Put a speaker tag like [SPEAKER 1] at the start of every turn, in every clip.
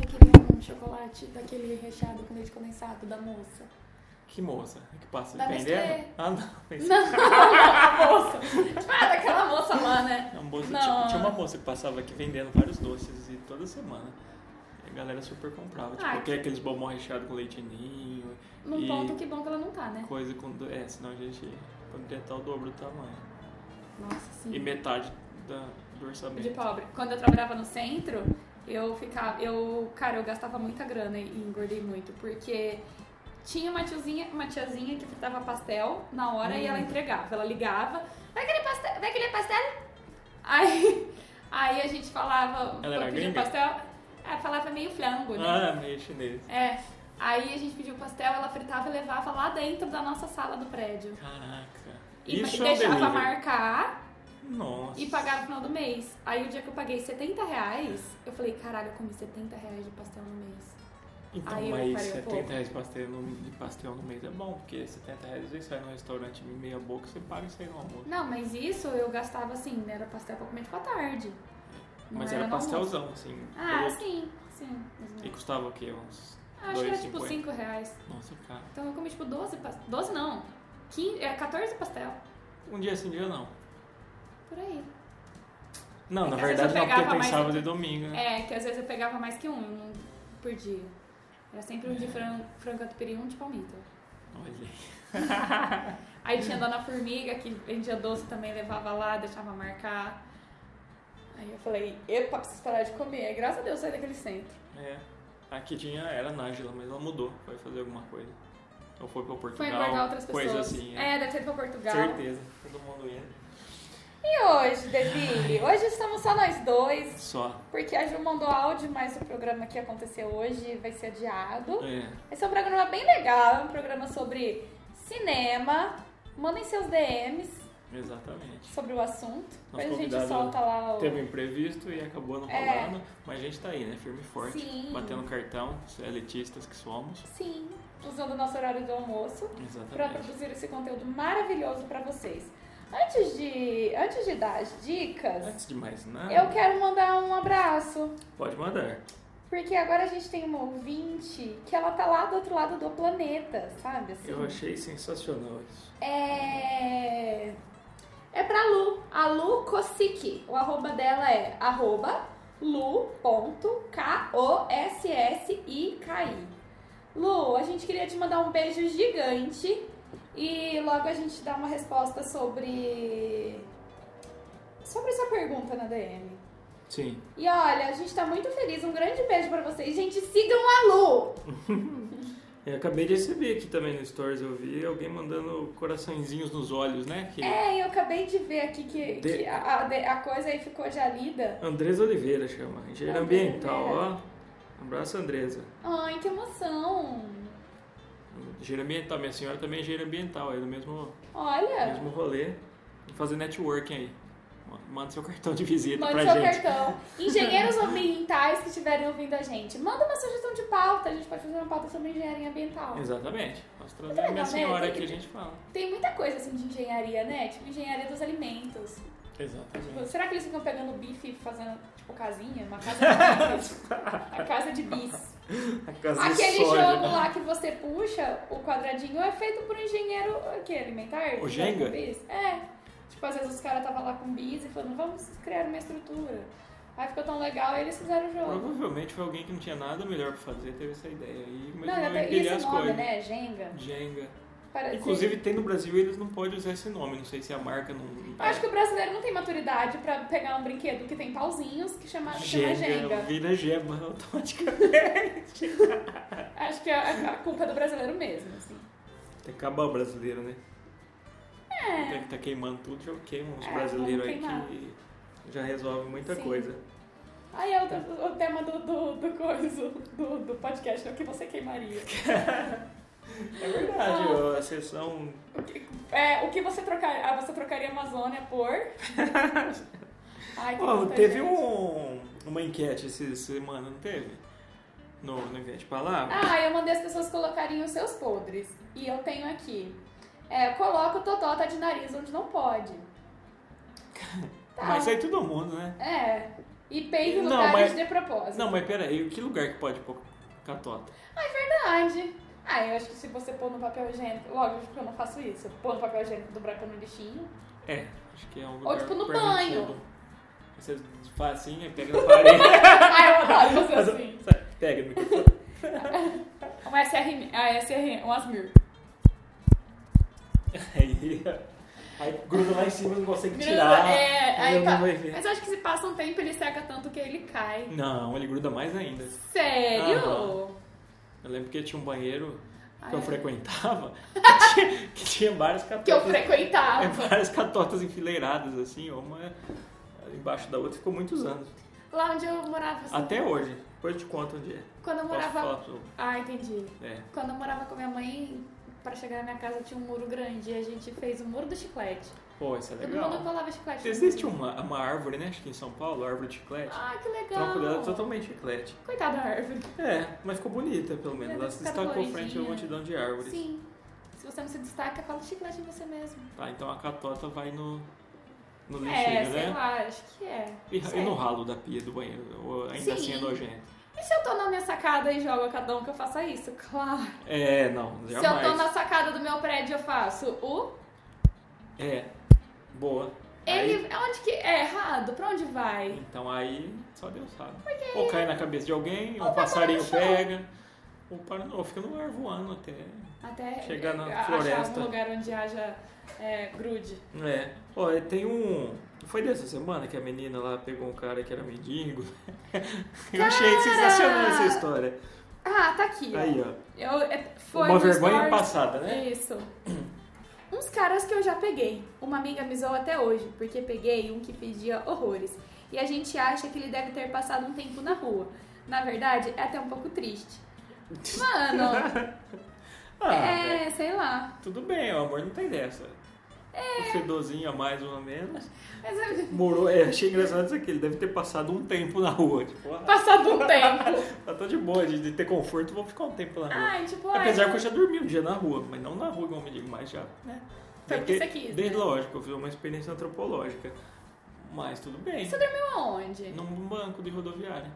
[SPEAKER 1] Eu queria um chocolate daquele recheado com leite condensado da moça.
[SPEAKER 2] Que moça? Que passa
[SPEAKER 1] Da
[SPEAKER 2] vendendo?
[SPEAKER 1] Nestlé.
[SPEAKER 2] Ah, não. Isso.
[SPEAKER 1] Não, não, a moça. Tipo, ah, daquela moça lá, né?
[SPEAKER 2] Uma moça-
[SPEAKER 1] Não.
[SPEAKER 2] é um Tinha, tinha uma moça que passava aqui vendendo vários doces e toda semana. E a galera super comprava. Tipo,
[SPEAKER 1] Ah,
[SPEAKER 2] aquele-
[SPEAKER 1] que-
[SPEAKER 2] aqueles bombom recheado com leite ninho
[SPEAKER 1] Num
[SPEAKER 2] e
[SPEAKER 1] ponto que bom que ela não tá, né?
[SPEAKER 2] coisa com. do- É, senão a gente poderia estar o dobro do tamanho.
[SPEAKER 1] Nossa, sim.
[SPEAKER 2] E metade da, do orçamento.
[SPEAKER 1] Uhum. De pobre. Quando eu trabalhava no centro, eu ficava. Eu, cara, eu gastava muita grana e engordei muito, porque tinha uma tiozinha, uma tiazinha que fritava pastel na hora e ela
[SPEAKER 2] Hum.
[SPEAKER 1] entregava. Ela ligava, vai aquele pastel, vai aquele pastel. Aí, aí a gente falava,
[SPEAKER 2] Ela era
[SPEAKER 1] eu pedia um
[SPEAKER 2] gringa?
[SPEAKER 1] pastel, ela falava meio flango, né?
[SPEAKER 2] Ah, meio chinês.
[SPEAKER 1] É. Aí a gente pediu pastel, ela fritava e levava lá dentro da nossa sala do prédio.
[SPEAKER 2] Caraca.
[SPEAKER 1] E
[SPEAKER 2] Isso
[SPEAKER 1] ma-
[SPEAKER 2] é um
[SPEAKER 1] deixava
[SPEAKER 2] delivery.
[SPEAKER 1] marcar
[SPEAKER 2] Nossa.
[SPEAKER 1] e pagava no final do mês. Aí o dia que eu paguei 70 reais, eu falei, caralho, eu comi 70 reais de pastel no mês.
[SPEAKER 2] Então,
[SPEAKER 1] Aí eu parei um
[SPEAKER 2] mas 70
[SPEAKER 1] pouco.
[SPEAKER 2] reais de pastel, no, de pastel no mês é bom, porque 70 reais às vezes sai num restaurante meia boca, você paga isso aí no almoço.
[SPEAKER 1] Não, mas isso eu gastava assim, né? Era pastel pra comer tipo à tarde. Não
[SPEAKER 2] Mas
[SPEAKER 1] era
[SPEAKER 2] era
[SPEAKER 1] no
[SPEAKER 2] pastelzão, assim.
[SPEAKER 1] Ah,
[SPEAKER 2] bruto.
[SPEAKER 1] sim, sim. mas não.
[SPEAKER 2] E custava o quê? Uns
[SPEAKER 1] Ah, Acho que era tipo
[SPEAKER 2] 2,50.
[SPEAKER 1] 5 reais.
[SPEAKER 2] Nossa, cara.
[SPEAKER 1] Então eu comi tipo 12 pastel. 12 não. 15, era 14 pastel.
[SPEAKER 2] Um dia sim, um dia não.
[SPEAKER 1] Por aí.
[SPEAKER 2] Não,
[SPEAKER 1] É
[SPEAKER 2] na
[SPEAKER 1] que às
[SPEAKER 2] verdade
[SPEAKER 1] vezes eu
[SPEAKER 2] não, porque
[SPEAKER 1] pegava
[SPEAKER 2] tem
[SPEAKER 1] mais
[SPEAKER 2] sábado
[SPEAKER 1] do
[SPEAKER 2] e domingo, né?
[SPEAKER 1] É, que às vezes eu pegava mais que um um por dia. Era sempre
[SPEAKER 2] É.
[SPEAKER 1] um de fran frango catupiry e um de palmito.
[SPEAKER 2] Olha aí.
[SPEAKER 1] Aí
[SPEAKER 2] É.
[SPEAKER 1] tinha a Dona Formiga, que vendia doce também, levava lá, deixava marcar. Aí eu falei, epa, preciso parar de comer. Aí, graças a Deus, saí daquele centro.
[SPEAKER 2] É. Aqui tinha, era Nájila, mas ela mudou. Foi fazer alguma coisa. Ou foi pra Portugal.
[SPEAKER 1] Foi engordar outras pessoas.
[SPEAKER 2] Coisa assim,
[SPEAKER 1] é. deve ter ido pra Portugal.
[SPEAKER 2] Certeza. Todo mundo ia.
[SPEAKER 1] E hoje, Deville? Hoje estamos só nós dois,
[SPEAKER 2] Só.
[SPEAKER 1] porque a Ju mandou áudio, mas o programa que aconteceu hoje vai ser adiado.
[SPEAKER 2] É.
[SPEAKER 1] Esse é um programa bem legal, é um programa sobre cinema. Mandem seus DMs
[SPEAKER 2] Exatamente.
[SPEAKER 1] sobre o assunto.
[SPEAKER 2] Nosso
[SPEAKER 1] Depois a gente
[SPEAKER 2] convidado
[SPEAKER 1] solta lá o...
[SPEAKER 2] Teve um imprevisto e acabou não
[SPEAKER 1] É.
[SPEAKER 2] rolando, mas a gente tá aí, né? Firme e forte.
[SPEAKER 1] Sim.
[SPEAKER 2] Batendo cartão, elitistas que somos.
[SPEAKER 1] Sim, usando o nosso horário do almoço. para
[SPEAKER 2] Exatamente.
[SPEAKER 1] produzir esse conteúdo maravilhoso para vocês. Antes de, antes de dar as dicas,
[SPEAKER 2] Antes de mais nada,
[SPEAKER 1] eu quero mandar um abraço,
[SPEAKER 2] pode mandar.
[SPEAKER 1] porque agora a gente tem uma ouvinte que ela tá lá do outro lado do planeta, sabe? Assim.
[SPEAKER 2] Eu achei sensacional isso.
[SPEAKER 1] É é pra Lu, a Lu Kosick. O arroba dela é arroba lu.kossiski. Lu, a gente queria te mandar um beijo gigante e logo a gente dá uma resposta sobre sobre sua pergunta na DM.
[SPEAKER 2] Sim.
[SPEAKER 1] E olha, a gente tá muito feliz. Um grande beijo pra vocês. Gente, sigam a Lu!
[SPEAKER 2] Eu É, acabei de receber aqui também no Stories, eu vi alguém mandando coraçõezinhos nos olhos, né? Que
[SPEAKER 1] É, eu acabei de ver aqui que,
[SPEAKER 2] De-
[SPEAKER 1] que a, a- a coisa aí ficou já lida.
[SPEAKER 2] Andresa Oliveira chama, engenheira
[SPEAKER 1] Andresa
[SPEAKER 2] ambiental,
[SPEAKER 1] Oliveira.
[SPEAKER 2] ó. Abraço, Andresa.
[SPEAKER 1] Ai, que emoção!
[SPEAKER 2] Engenheira ambiental, minha senhora também é engenheira ambiental, aí no mesmo,
[SPEAKER 1] Olha,
[SPEAKER 2] mesmo rolê. Vou fazer networking aí. Manda seu cartão de visita
[SPEAKER 1] mande
[SPEAKER 2] pra
[SPEAKER 1] seu
[SPEAKER 2] gente.
[SPEAKER 1] cartão. Engenheiros ambientais que estiverem ouvindo a gente, manda uma sugestão de pauta. A gente pode fazer uma pauta sobre engenharia ambiental.
[SPEAKER 2] Exatamente. Posso trazer
[SPEAKER 1] Muito
[SPEAKER 2] a
[SPEAKER 1] legal, né?
[SPEAKER 2] minha senhora
[SPEAKER 1] Tem
[SPEAKER 2] aqui,
[SPEAKER 1] que-
[SPEAKER 2] a gente fala.
[SPEAKER 1] Tem muita coisa assim de engenharia, né? Tipo, engenharia dos alimentos. Tipo,
[SPEAKER 2] Exatamente.
[SPEAKER 1] será que eles ficam pegando bife e fazendo, tipo, casinha? Uma casa de bis. A casa de bis.
[SPEAKER 2] A casa de
[SPEAKER 1] Tipo, Aquele
[SPEAKER 2] soja,
[SPEAKER 1] jogo
[SPEAKER 2] né?
[SPEAKER 1] lá que você puxa, o quadradinho é feito por um engenheiro o quê? alimentar?
[SPEAKER 2] O Jenga?
[SPEAKER 1] Bis? É. Tipo, às vezes os caras estavam lá com bis e falando, vamos criar uma estrutura. Aí ficou tão legal e eles fizeram o jogo.
[SPEAKER 2] Provavelmente foi alguém que não tinha nada melhor pra fazer, teve essa ideia aí, mas
[SPEAKER 1] Não,
[SPEAKER 2] não,
[SPEAKER 1] até- e
[SPEAKER 2] empilhar
[SPEAKER 1] esse
[SPEAKER 2] as
[SPEAKER 1] nome,
[SPEAKER 2] coisas.
[SPEAKER 1] né? Jenga.
[SPEAKER 2] Jenga.
[SPEAKER 1] Parece-
[SPEAKER 2] Inclusive tem no Brasil e eles não podem usar esse nome, não sei se a marca não. tá.
[SPEAKER 1] Eu Acho que o brasileiro não tem maturidade pra pegar um brinquedo que tem pauzinhos que chama Jenga.
[SPEAKER 2] Jenga, é um
[SPEAKER 1] Chama Jenga.
[SPEAKER 2] vira gema automática.
[SPEAKER 1] Acho que a, a culpa é do brasileiro mesmo, assim.
[SPEAKER 2] Tem que acabar o brasileiro, né?
[SPEAKER 1] É.
[SPEAKER 2] Tem que tá queimando tudo, já queimam os
[SPEAKER 1] É,
[SPEAKER 2] brasileiros
[SPEAKER 1] vamos
[SPEAKER 2] aí
[SPEAKER 1] queimar.
[SPEAKER 2] que já resolve muita
[SPEAKER 1] Sim.
[SPEAKER 2] coisa.
[SPEAKER 1] Aí é o, o tema do, do, do coisa, do, do podcast, é o que você queimaria.
[SPEAKER 2] É verdade,
[SPEAKER 1] Ah.
[SPEAKER 2] ó, a sessão.
[SPEAKER 1] O que, é, o que você trocaria? Ah, você trocaria a Amazônia por. Ai, que
[SPEAKER 2] Ó,
[SPEAKER 1] tanta
[SPEAKER 2] teve
[SPEAKER 1] gente.
[SPEAKER 2] um, uma enquete essa semana, não teve? No, no enquete palavra?
[SPEAKER 1] Ah, eu mandei as pessoas colocarem os seus podres. E eu tenho aqui. É, coloca o Totota de nariz onde não pode. Tá.
[SPEAKER 2] Mas aí todo mundo, né?
[SPEAKER 1] É. E peito em
[SPEAKER 2] Não,
[SPEAKER 1] lugares
[SPEAKER 2] mas-
[SPEAKER 1] de propósito.
[SPEAKER 2] Não, mas peraí, que lugar que pode pôr catota?
[SPEAKER 1] Verdade. Ah, eu acho que se você pôr no papel higiênico. Lógico que eu não faço isso. Eu Pôr no papel higiênico, dobrar pôr no lixinho.
[SPEAKER 2] É, acho que é um lugar.
[SPEAKER 1] Ou, tipo, no
[SPEAKER 2] permitido.
[SPEAKER 1] banho.
[SPEAKER 2] Você faz assim, aí pega na parede.
[SPEAKER 1] ah, eu adoro fazer
[SPEAKER 2] faz-
[SPEAKER 1] assim.
[SPEAKER 2] sabe, pega no microfone.
[SPEAKER 1] Um SR. Ah, SR. Um Asmir.
[SPEAKER 2] Aí, aí gruda lá em cima, não consegue
[SPEAKER 1] Gruda,
[SPEAKER 2] tirar.
[SPEAKER 1] é, aí
[SPEAKER 2] eu
[SPEAKER 1] pa-
[SPEAKER 2] não vai ver.
[SPEAKER 1] Mas eu acho que se passa um tempo ele seca tanto que ele cai.
[SPEAKER 2] Não, ele gruda mais ainda.
[SPEAKER 1] Sério?
[SPEAKER 2] Aham. Eu lembro que tinha um banheiro que eu
[SPEAKER 1] Ai.
[SPEAKER 2] frequentava que tinha, que tinha várias catotas.
[SPEAKER 1] Que eu
[SPEAKER 2] é,
[SPEAKER 1] frequentava.
[SPEAKER 2] várias catotas enfileiradas, assim, uma embaixo da outra, ficou muitos anos.
[SPEAKER 1] Lá onde eu morava. assim,
[SPEAKER 2] Até hoje. Depois eu te conto onde é.
[SPEAKER 1] Quando eu
[SPEAKER 2] Posso
[SPEAKER 1] morava.
[SPEAKER 2] falar sobre-
[SPEAKER 1] Ah, entendi.
[SPEAKER 2] É.
[SPEAKER 1] Quando eu morava com minha mãe, pra chegar na minha casa tinha um muro grande e a gente fez o muro do chiclete.
[SPEAKER 2] Pô, isso é
[SPEAKER 1] Todo
[SPEAKER 2] legal.
[SPEAKER 1] mundo colava chiclete. no
[SPEAKER 2] Existe
[SPEAKER 1] muro.
[SPEAKER 2] uma, uma árvore, né? Acho que em São Paulo, árvore de chiclete.
[SPEAKER 1] Ah, que
[SPEAKER 2] o tronco dela
[SPEAKER 1] legal.
[SPEAKER 2] é totalmente chiclete.
[SPEAKER 1] Coitada da árvore.
[SPEAKER 2] É, mas ficou bonita, pelo menos.
[SPEAKER 1] Deve
[SPEAKER 2] Ela
[SPEAKER 1] ter
[SPEAKER 2] se
[SPEAKER 1] ficado
[SPEAKER 2] destacou frente a uma
[SPEAKER 1] coloridinha.
[SPEAKER 2] multidão de árvores.
[SPEAKER 1] é né? Sim. Se você não se destaca, cola chiclete em você mesmo.
[SPEAKER 2] Tá, então a catota vai no, no lixeiro,
[SPEAKER 1] é, sei
[SPEAKER 2] né?
[SPEAKER 1] lá, acho que é.
[SPEAKER 2] E,
[SPEAKER 1] Não
[SPEAKER 2] e
[SPEAKER 1] sei.
[SPEAKER 2] no ralo da pia do banheiro, ou ainda
[SPEAKER 1] Sim.
[SPEAKER 2] assim é nojento.
[SPEAKER 1] E se eu tô na minha sacada e jogo a cada um que eu faça isso? Claro.
[SPEAKER 2] É, não,
[SPEAKER 1] Se eu
[SPEAKER 2] jamais.
[SPEAKER 1] tô na sacada do meu prédio, eu faço o.
[SPEAKER 2] É, boa. Aí,
[SPEAKER 1] Ele. Onde que. É errado? Pra onde vai?
[SPEAKER 2] então aí, só Deus sabe. Ou cai na cabeça de alguém,
[SPEAKER 1] Ou
[SPEAKER 2] ou
[SPEAKER 1] vai
[SPEAKER 2] um
[SPEAKER 1] parar
[SPEAKER 2] passarinho
[SPEAKER 1] no chão.
[SPEAKER 2] pega, ou, para, ou fica no ar voando até.
[SPEAKER 1] Até
[SPEAKER 2] Chegar na
[SPEAKER 1] a- achar
[SPEAKER 2] floresta.
[SPEAKER 1] algum lugar onde haja é, grude.
[SPEAKER 2] É. Ó, e tem um. Foi dessa semana que a menina lá pegou um cara que era mendigo. Eu achei
[SPEAKER 1] Cara!
[SPEAKER 2] sensacional essa história.
[SPEAKER 1] Ah, tá aqui. ó.
[SPEAKER 2] Aí, ó.
[SPEAKER 1] Eu, é- foi
[SPEAKER 2] uma
[SPEAKER 1] no
[SPEAKER 2] vergonha
[SPEAKER 1] stories-
[SPEAKER 2] passada, né?
[SPEAKER 1] Isso. Uns caras que eu já peguei. Uma amiga me zoa até hoje, porque peguei um que pedia horrores. E a gente acha que ele deve ter passado um tempo na rua. Na verdade, é até um pouco triste. Mano,
[SPEAKER 2] Ah, velho,
[SPEAKER 1] é, sei lá.
[SPEAKER 2] tudo bem, o amor não tem dessa. É. Um fedorzinho a mais ou a menos.
[SPEAKER 1] Mas é-
[SPEAKER 2] Morou, é, achei engraçado isso aqui. Ele deve ter passado um tempo na rua. Tipo, ah,
[SPEAKER 1] passado um tempo.
[SPEAKER 2] eu tô de boa de, de ter conforto, vou ficar um tempo na rua.
[SPEAKER 1] Ai, tipo, ai,
[SPEAKER 2] Apesar que eu já dormi um dia na rua, mas não na rua, igual me digo, mas já, né?
[SPEAKER 1] Foi
[SPEAKER 2] Deve
[SPEAKER 1] porque
[SPEAKER 2] ter-
[SPEAKER 1] você quis,
[SPEAKER 2] Desde
[SPEAKER 1] né?
[SPEAKER 2] lógico, eu fiz uma experiência antropológica. Mas tudo bem.
[SPEAKER 1] Você dormiu aonde?
[SPEAKER 2] Num banco de rodoviária.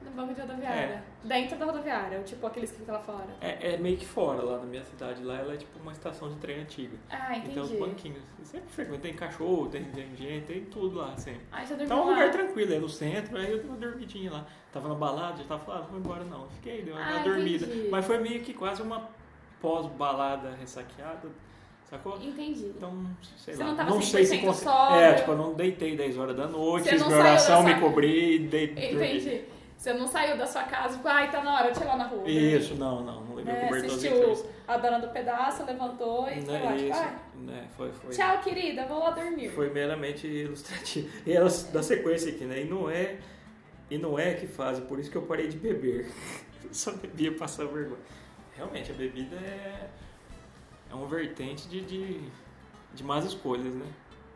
[SPEAKER 1] No banco de rodoviária. Dentro da rodoviária, ou tipo aqueles que ficam lá fora.
[SPEAKER 2] É, é meio que fora lá na minha cidade. Lá ela é tipo uma estação de trem antiga.
[SPEAKER 1] Ah, entendi.
[SPEAKER 2] Então os banquinhos. eu Sempre frequento, tem cachorro, tem, tem gente, tem tudo lá sempre.
[SPEAKER 1] Ai, já dormiu
[SPEAKER 2] Então é um
[SPEAKER 1] lá.
[SPEAKER 2] lugar tranquilo, é no centro, aí eu dei uma dormidinha lá. Tava na balada, já tava falando, não vou embora não. Fiquei, deu é uma
[SPEAKER 1] Ah,
[SPEAKER 2] dormida.
[SPEAKER 1] entendi.
[SPEAKER 2] Mas foi meio que quase uma pós-balada ressaqueada, sacou?
[SPEAKER 1] Entendi.
[SPEAKER 2] Então, sei
[SPEAKER 1] Você
[SPEAKER 2] lá.
[SPEAKER 1] não tava
[SPEAKER 2] sei se
[SPEAKER 1] 100%
[SPEAKER 2] cons-
[SPEAKER 1] sóbrio.
[SPEAKER 2] É, tipo, eu não deitei 10 horas da noite,
[SPEAKER 1] Você
[SPEAKER 2] fiz
[SPEAKER 1] não
[SPEAKER 2] minha
[SPEAKER 1] saiu da
[SPEAKER 2] oração, me
[SPEAKER 1] sua-
[SPEAKER 2] cobri, deitei.
[SPEAKER 1] Entendi. Você não saiu da sua casa e falou, ai, tá na hora, eu te lá na rua. né?
[SPEAKER 2] Isso, não, não, não levei o
[SPEAKER 1] Né?
[SPEAKER 2] cobertorzinho pra isso.
[SPEAKER 1] Assistiu a dona do pedaço, levantou e foi lá,
[SPEAKER 2] Não, é
[SPEAKER 1] tipo,
[SPEAKER 2] isso,
[SPEAKER 1] ai,
[SPEAKER 2] né, foi, foi.
[SPEAKER 1] tchau, querida, vou lá dormir.
[SPEAKER 2] Foi meramente ilustrativo. E é ela dá sequência aqui, né? E não é, e não é que faz, por isso que eu parei de beber. Só bebia passar vergonha. Realmente, a bebida é, é um vertente de, de, de más escolhas, né?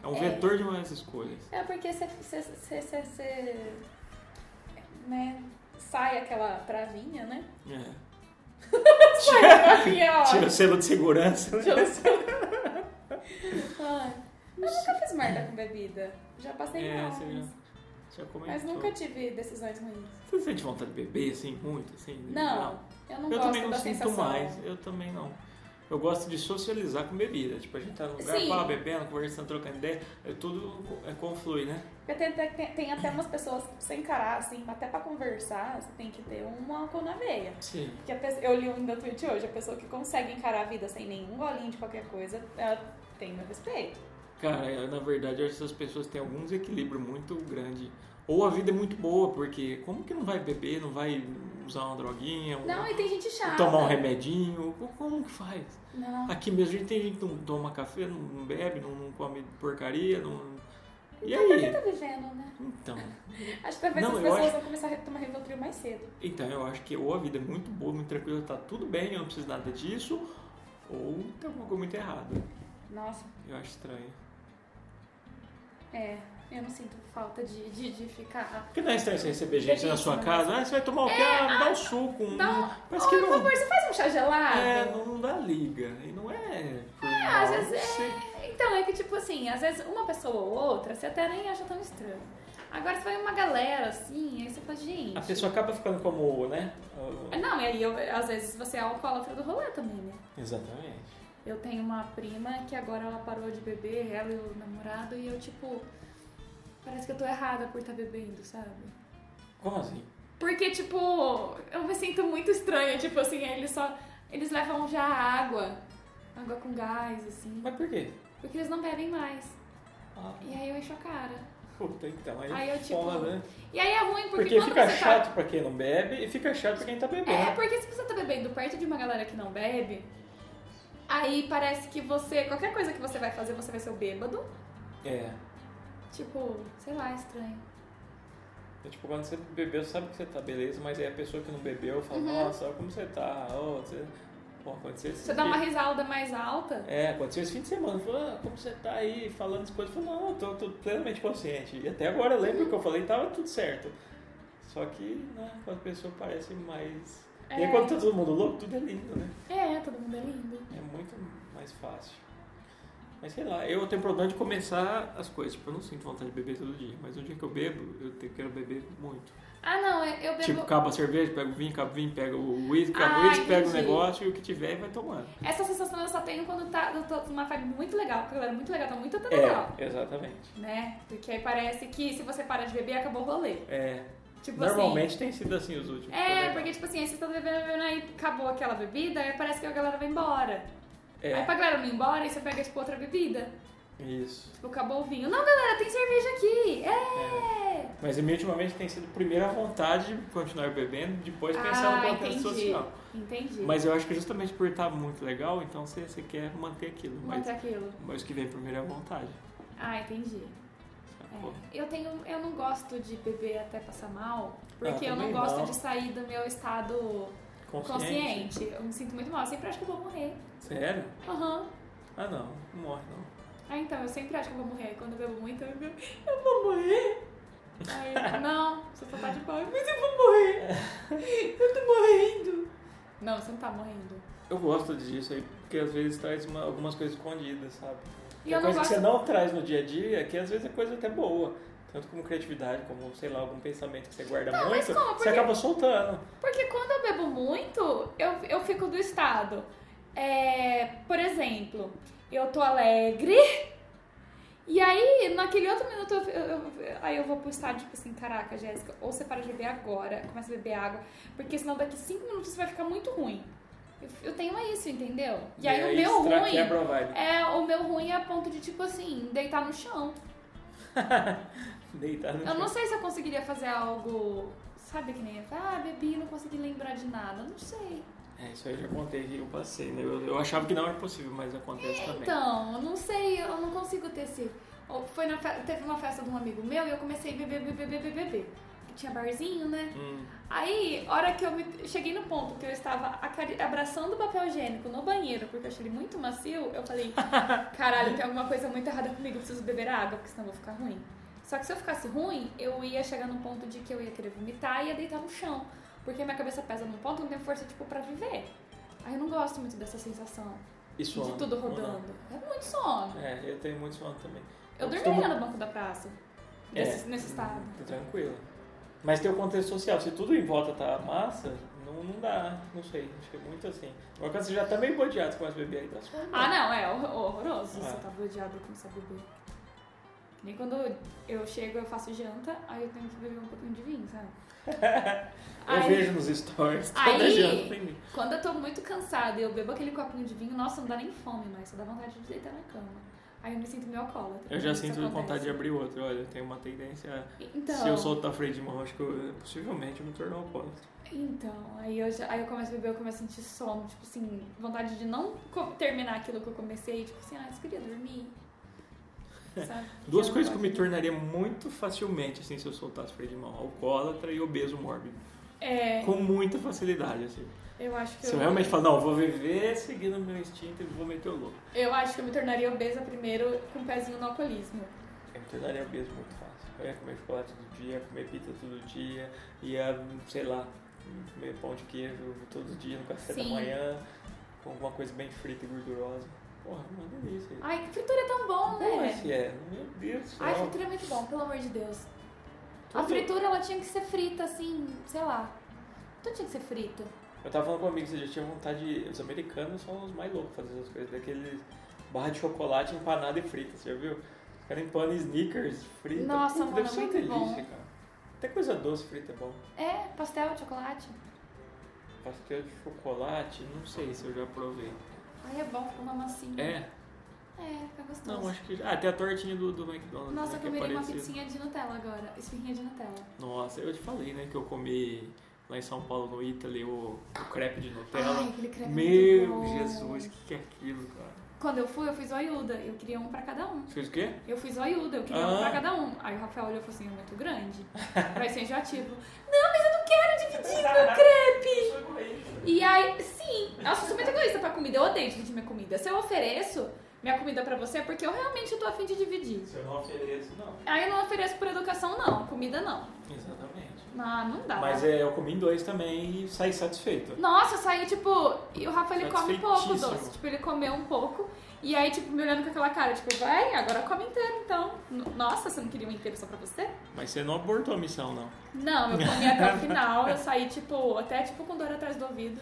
[SPEAKER 2] É um
[SPEAKER 1] É.
[SPEAKER 2] vetor de más escolhas.
[SPEAKER 1] É porque você, você, você, você- você, né, sai aquela travinha, né?
[SPEAKER 2] É.
[SPEAKER 1] Sai a travinha, ó.
[SPEAKER 2] Tira o selo de segurança.
[SPEAKER 1] Tira
[SPEAKER 2] Né?
[SPEAKER 1] o seu- Ai, eu nunca fiz merda com bebida. Já passei
[SPEAKER 2] É,
[SPEAKER 1] mal,
[SPEAKER 2] você
[SPEAKER 1] mas-
[SPEAKER 2] Já comentou.
[SPEAKER 1] mas nunca tive decisões ruins.
[SPEAKER 2] Você sente vontade de beber, assim, muito, assim?
[SPEAKER 1] Não, eu não
[SPEAKER 2] Eu
[SPEAKER 1] gosto
[SPEAKER 2] também não
[SPEAKER 1] da
[SPEAKER 2] sinto
[SPEAKER 1] sensação.
[SPEAKER 2] mais, eu também não. Eu gosto de socializar com bebida. Tipo, a gente tá num lugar,
[SPEAKER 1] Sim.
[SPEAKER 2] pá, bebendo, conversando, trocando ideia, é tudo co- é, conflui, né?
[SPEAKER 1] Porque tem, tem, tem até umas pessoas que pra você encarar, assim, até pra conversar, você tem que ter um álcool na veia.
[SPEAKER 2] Sim.
[SPEAKER 1] Porque a pessoa, eu li um da tweet hoje, a pessoa que consegue encarar a vida sem nenhum golinho de qualquer coisa, ela tem meu respeito.
[SPEAKER 2] Cara, eu, na verdade, eu acho que essas pessoas têm algum desequilíbrio muito grande. Ou a vida é muito boa, porque como que não vai beber, não vai usar uma droguinha, ou
[SPEAKER 1] Não, é e tem gente chata.
[SPEAKER 2] tomar um remedinho? Co- Como que faz?
[SPEAKER 1] Não.
[SPEAKER 2] Aqui mesmo a gente tem gente que não toma café, não, não bebe, não, não come porcaria, não, E
[SPEAKER 1] Então, Por que
[SPEAKER 2] aí?
[SPEAKER 1] tá vivendo, né?
[SPEAKER 2] Então,
[SPEAKER 1] Acho que talvez
[SPEAKER 2] Não,
[SPEAKER 1] as
[SPEAKER 2] eu
[SPEAKER 1] pessoas
[SPEAKER 2] acho-
[SPEAKER 1] vão começar a tomar Rivotril mais cedo.
[SPEAKER 2] então eu acho que ou a vida é muito boa, muito tranquila, tá tudo bem, eu não preciso nada disso, ou tem alguma coisa muito errada.
[SPEAKER 1] Nossa,
[SPEAKER 2] Eu acho estranho.
[SPEAKER 1] é. Eu não sinto falta de, de, de ficar.
[SPEAKER 2] Porque não é estranho você receber gente na sua casa, ah, você vai tomar o quê? Ah, me dá um suco, um...
[SPEAKER 1] É, Dá um-
[SPEAKER 2] Parece
[SPEAKER 1] Ô,
[SPEAKER 2] que
[SPEAKER 1] por
[SPEAKER 2] não...
[SPEAKER 1] favor, você faz um chá gelado?
[SPEAKER 2] É, não dá liga. E não é... por mal,
[SPEAKER 1] às vezes
[SPEAKER 2] não
[SPEAKER 1] é-
[SPEAKER 2] sei.
[SPEAKER 1] Então, é que tipo assim, às vezes uma pessoa ou outra, você até nem acha tão estranho. Agora você vai uma galera assim, aí você fala, gente.
[SPEAKER 2] A pessoa acaba ficando como, né?
[SPEAKER 1] Não, e aí eu- às vezes você é alcoólatra do rolê também, né?
[SPEAKER 2] Exatamente.
[SPEAKER 1] Eu tenho uma prima que agora ela parou de beber, ela e o namorado, e eu, tipo, parece que eu tô errada por estar bebendo, sabe?
[SPEAKER 2] Como assim?
[SPEAKER 1] Porque, tipo, eu me sinto muito estranha, tipo assim, eles só. Eles levam já água, água com gás, assim,
[SPEAKER 2] Mas por quê?
[SPEAKER 1] porque eles não bebem mais.
[SPEAKER 2] Ah,
[SPEAKER 1] E aí eu encho a cara.
[SPEAKER 2] puta, então. Aí,
[SPEAKER 1] Aí eu, tipo,
[SPEAKER 2] foda, né?
[SPEAKER 1] E aí é ruim porque,
[SPEAKER 2] Porque
[SPEAKER 1] quando
[SPEAKER 2] fica
[SPEAKER 1] você
[SPEAKER 2] chato pra quem não bebe e fica chato pra quem tá
[SPEAKER 1] tá. É,
[SPEAKER 2] bebendo.
[SPEAKER 1] porque se você tá bebendo perto de uma galera que não bebe, aí parece que você. Qualquer coisa que você vai fazer, você vai ser o bêbado.
[SPEAKER 2] É.
[SPEAKER 1] Tipo, sei lá, estranho.
[SPEAKER 2] É Tipo, quando você bebeu, você sabe que você tá beleza, mas aí a pessoa que não bebeu fala,
[SPEAKER 1] Uhum.
[SPEAKER 2] nossa, olha como você tá. Oh, você... Pô, aconteceu esse
[SPEAKER 1] Você dá
[SPEAKER 2] dia-
[SPEAKER 1] uma risada mais alta.
[SPEAKER 2] É, aconteceu esse fim de semana. Falou, ah, como você tá aí falando as coisas? Eu Falei, não, eu tô, tô plenamente consciente. E até agora eu
[SPEAKER 1] Uhum.
[SPEAKER 2] lembro que eu falei, tava tudo certo. Só que, né, quando a pessoa parece mais. E
[SPEAKER 1] É.
[SPEAKER 2] aí quando tá todo mundo louco, tudo é lindo, né?
[SPEAKER 1] É, todo mundo é lindo.
[SPEAKER 2] É muito mais fácil. Mas sei lá, eu tenho problema de começar as coisas. Tipo, eu não sinto vontade de beber todo dia, mas o dia que eu bebo, eu te- quero beber muito.
[SPEAKER 1] Ah, não, eu bebo.
[SPEAKER 2] Tipo, acaba a cerveja, pega o vinho, acaba o vinho, pega o uísque, acaba
[SPEAKER 1] Ah,
[SPEAKER 2] o uísque, pega o
[SPEAKER 1] entendi.
[SPEAKER 2] negócio e o que tiver e vai tomando.
[SPEAKER 1] Essa sensação eu só tenho quando tá, eu tô numa vibe muito legal, porque a galera é muito legal, tá muito até legal.
[SPEAKER 2] É, exatamente.
[SPEAKER 1] Né? Porque aí parece que se você para de beber, acabou o rolê.
[SPEAKER 2] É,
[SPEAKER 1] Tipo
[SPEAKER 2] normalmente tem sido assim os últimos.
[SPEAKER 1] assim. É,
[SPEAKER 2] problemas.
[SPEAKER 1] porque tipo assim, aí você tá bebendo, bebendo, aí acabou aquela bebida, aí parece que a galera vai embora. Aí pra
[SPEAKER 2] É,
[SPEAKER 1] galera não ir embora, aí você pega tipo outra bebida.
[SPEAKER 2] isso.
[SPEAKER 1] Tipo, acabou o vinho. Não, galera, tem cerveja aqui! É!
[SPEAKER 2] Mas a minha ultimamente tem sido primeiro a vontade de continuar bebendo, depois pensar
[SPEAKER 1] Ah,
[SPEAKER 2] no contexto
[SPEAKER 1] entendi.
[SPEAKER 2] social.
[SPEAKER 1] Entendi.
[SPEAKER 2] Mas eu acho que justamente por estar muito legal, então você, você quer manter aquilo.
[SPEAKER 1] Manter
[SPEAKER 2] Mas
[SPEAKER 1] aquilo.
[SPEAKER 2] Mas o que vem primeiro é a vontade.
[SPEAKER 1] Ah, entendi.
[SPEAKER 2] sacou?
[SPEAKER 1] É. Eu tenho. Eu não gosto de beber até passar mal,
[SPEAKER 2] Ah,
[SPEAKER 1] porque eu não
[SPEAKER 2] também
[SPEAKER 1] gosto
[SPEAKER 2] não.
[SPEAKER 1] de sair do meu estado consciente. Eu me sinto muito mal. Eu sempre acho que eu vou morrer.
[SPEAKER 2] Sério?
[SPEAKER 1] Aham.
[SPEAKER 2] Ah não, não morre não.
[SPEAKER 1] Ah, então, eu sempre acho que eu vou morrer. Quando eu bebo muito, eu bebo, eu vou morrer. Aí, eu falo, não, você só tá de boa. Mas eu vou
[SPEAKER 2] É.
[SPEAKER 1] morrer. Eu tô morrendo. Não, você não tá morrendo.
[SPEAKER 2] Eu gosto disso aí, porque às vezes traz uma- algumas coisas escondidas, sabe?
[SPEAKER 1] E
[SPEAKER 2] Tem
[SPEAKER 1] eu não
[SPEAKER 2] coisa que você
[SPEAKER 1] gosto...
[SPEAKER 2] não traz no dia a dia, que às vezes é coisa até boa. Tanto como criatividade, como, sei lá, algum pensamento que você guarda
[SPEAKER 1] Não, mas
[SPEAKER 2] muito,
[SPEAKER 1] como?
[SPEAKER 2] você
[SPEAKER 1] Porque-
[SPEAKER 2] acaba soltando.
[SPEAKER 1] Porque quando eu bebo muito, eu, eu fico do estado. É, por exemplo, eu tô alegre. E aí, naquele outro minuto, eu, eu- eu- aí eu vou pro estado, tipo assim, caraca, Jéssica, ou você para de beber agora, começa a beber água, porque senão daqui cinco minutos você vai ficar muito ruim. Eu, eu tenho isso, entendeu? E, aí, o meu
[SPEAKER 2] estra-
[SPEAKER 1] ruim
[SPEAKER 2] quebra a vibe.
[SPEAKER 1] é o meu ruim é a ponto de, tipo assim, deitar no chão.
[SPEAKER 2] Deitar no
[SPEAKER 1] é Eu não
[SPEAKER 2] chão.
[SPEAKER 1] sei se eu conseguiria fazer algo, sabe que nem, ah, bebi, não consegui lembrar de nada, não sei.
[SPEAKER 2] É, isso aí eu já contei que eu passei, né? Eu, eu achava que não era possível, mas acontece também.
[SPEAKER 1] Então, eu não sei, eu não consigo ter esse. ou Foi na fe- Teve uma festa de um amigo meu e eu comecei a beber, beber, beber, beber. Que Tinha barzinho, né?
[SPEAKER 2] Hum,
[SPEAKER 1] Aí, hora que eu me- cheguei no ponto que eu estava acari- abraçando o papel higiênico no banheiro, porque eu achei ele muito macio, eu falei, caralho, tem alguma coisa muito errada comigo, eu preciso beber água, porque senão eu vou ficar ruim. Só que se eu ficasse ruim, eu ia chegar num ponto de que eu ia querer vomitar e ia deitar no chão. Porque minha cabeça pesa num ponto, eu não tenho força, tipo, pra viver. Aí eu não gosto muito dessa sensação
[SPEAKER 2] isso
[SPEAKER 1] de tudo rodando. É muito sono.
[SPEAKER 2] É, eu tenho muito sono também.
[SPEAKER 1] Eu, dormiria
[SPEAKER 2] costumo-
[SPEAKER 1] no banco da praça.
[SPEAKER 2] É.
[SPEAKER 1] Nesse, nesse estado.
[SPEAKER 2] Tá Tranquilo. Mas tem o contexto social. Se tudo em volta tá massa, não, não dá. Não sei. Acho que é muito assim. Agora quando você já tá meio bodeado, você começa a beber aí, dá só.
[SPEAKER 1] Ah, não, é hor- horroroso.
[SPEAKER 2] Ah.
[SPEAKER 1] Você tá bloqueado e começar a beber. Que Nem quando eu chego, eu faço janta, aí eu tenho que beber um pouquinho de vinho, sabe?
[SPEAKER 2] tá? Eu
[SPEAKER 1] aí,
[SPEAKER 2] vejo nos stories. toda
[SPEAKER 1] Aí-
[SPEAKER 2] janta tem Tá mim.
[SPEAKER 1] quando eu tô muito cansada e eu bebo aquele copinho de vinho, nossa, não dá nem fome mais, só dá vontade de deitar na cama. Aí eu me sinto meio alcoólatra.
[SPEAKER 2] Eu já
[SPEAKER 1] Isso
[SPEAKER 2] sinto
[SPEAKER 1] acontece.
[SPEAKER 2] vontade de abrir outro. Olha, eu tenho uma tendência.
[SPEAKER 1] Então,
[SPEAKER 2] Se eu solto da frente de mão, acho que eu, possivelmente eu me torno alcoólatra.
[SPEAKER 1] então aí, eu já- aí eu começo a beber, eu começo a sentir sono, tipo assim, vontade de não co- terminar aquilo que eu comecei, tipo assim, ah, eu queria dormir. sabe?
[SPEAKER 2] Duas
[SPEAKER 1] Eu
[SPEAKER 2] coisas que
[SPEAKER 1] gosto
[SPEAKER 2] eu me
[SPEAKER 1] de-
[SPEAKER 2] tornaria muito facilmente, assim, se eu soltasse freio de mão. Alcoólatra e obeso mórbido.
[SPEAKER 1] É,
[SPEAKER 2] Com muita facilidade, assim.
[SPEAKER 1] eu acho que
[SPEAKER 2] Se eu
[SPEAKER 1] eu,
[SPEAKER 2] realmente falar, não, vou viver seguindo meu instinto e vou meter o louco.
[SPEAKER 1] eu acho que eu me tornaria obesa primeiro com um pezinho no alcoolismo.
[SPEAKER 2] Eu me tornaria obeso muito fácil. Eu ia comer chocolate todo dia, comer pizza todo dia, ia, sei lá, comer pão de queijo todo dia no café da
[SPEAKER 1] Sim.
[SPEAKER 2] manhã, com alguma coisa bem frita e gordurosa. Porra, uma delícia.
[SPEAKER 1] Ai, fritura é tão bom, né?
[SPEAKER 2] Nossa, é. Meu Deus do céu.
[SPEAKER 1] Ai, fritura é muito bom, pelo amor de Deus. A
[SPEAKER 2] Tudo.
[SPEAKER 1] fritura, ela tinha que ser frita, assim, sei lá. Tudo tinha que ser frito.
[SPEAKER 2] Eu tava falando com um amigo, você já tinha vontade. de- Os americanos são os mais loucos fazendo essas coisas, daqueles barra de chocolate empanada e frita, você já viu? Os caras empanam sneakers frita.
[SPEAKER 1] Nossa,
[SPEAKER 2] Puta,
[SPEAKER 1] mano, é
[SPEAKER 2] deve ser uma
[SPEAKER 1] muito
[SPEAKER 2] delícia,
[SPEAKER 1] bom.
[SPEAKER 2] cara. Até coisa doce frita é bom.
[SPEAKER 1] É, pastel, de chocolate.
[SPEAKER 2] Pastel de chocolate, não sei se eu já provei.
[SPEAKER 1] Ai, é bom, fica uma massinha.
[SPEAKER 2] É?
[SPEAKER 1] É, fica gostoso.
[SPEAKER 2] Não, acho que. Ah, tem a tortinha do, do McDonald's.
[SPEAKER 1] Nossa,
[SPEAKER 2] né,
[SPEAKER 1] eu
[SPEAKER 2] que é
[SPEAKER 1] comeria uma
[SPEAKER 2] parecida.
[SPEAKER 1] pizzinha de Nutella agora. Esfirrinha de Nutella.
[SPEAKER 2] Nossa, eu te falei, né, que eu comi lá em São Paulo, no Italy, o, o crepe de Nutella.
[SPEAKER 1] Ai, aquele crepe é muito
[SPEAKER 2] Meu
[SPEAKER 1] bom.
[SPEAKER 2] Jesus, o que, que é aquilo, cara?
[SPEAKER 1] Quando eu fui, eu fiz oiuda. Eu queria um pra cada um.
[SPEAKER 2] Você fez o quê?
[SPEAKER 1] Eu fiz oiuda, eu queria um
[SPEAKER 2] Ah.
[SPEAKER 1] pra cada um. Aí o Rafael olhou e falou assim, é muito grande. Vai ser enjoativo. Não, mas eu não quero dividir meu crepe. E aí, sim, nossa, eu sou muito egoísta pra comida, eu odeio dividir minha comida. Se eu ofereço minha comida pra você, é porque eu realmente tô afim de dividir.
[SPEAKER 2] eu não ofereço, não.
[SPEAKER 1] Aí eu não ofereço por educação, não. Comida, não.
[SPEAKER 2] Exatamente.
[SPEAKER 1] Ah, não dá.
[SPEAKER 2] Mas é, eu comi em dois também e saí satisfeito.
[SPEAKER 1] Nossa, eu saí, tipo... E o Rafa, ele
[SPEAKER 2] Tá
[SPEAKER 1] come pouco
[SPEAKER 2] Satisfeitíssimo.
[SPEAKER 1] doce. Tipo, ele comeu um pouco. E aí, tipo, me olhando com aquela cara, tipo, vai, agora come inteiro, então. N- Nossa, você não queria um inteiro só pra você?
[SPEAKER 2] Mas você não abortou a missão, não.
[SPEAKER 1] Não, eu comi até o final, eu saí, tipo, até tipo com dor atrás do ouvido.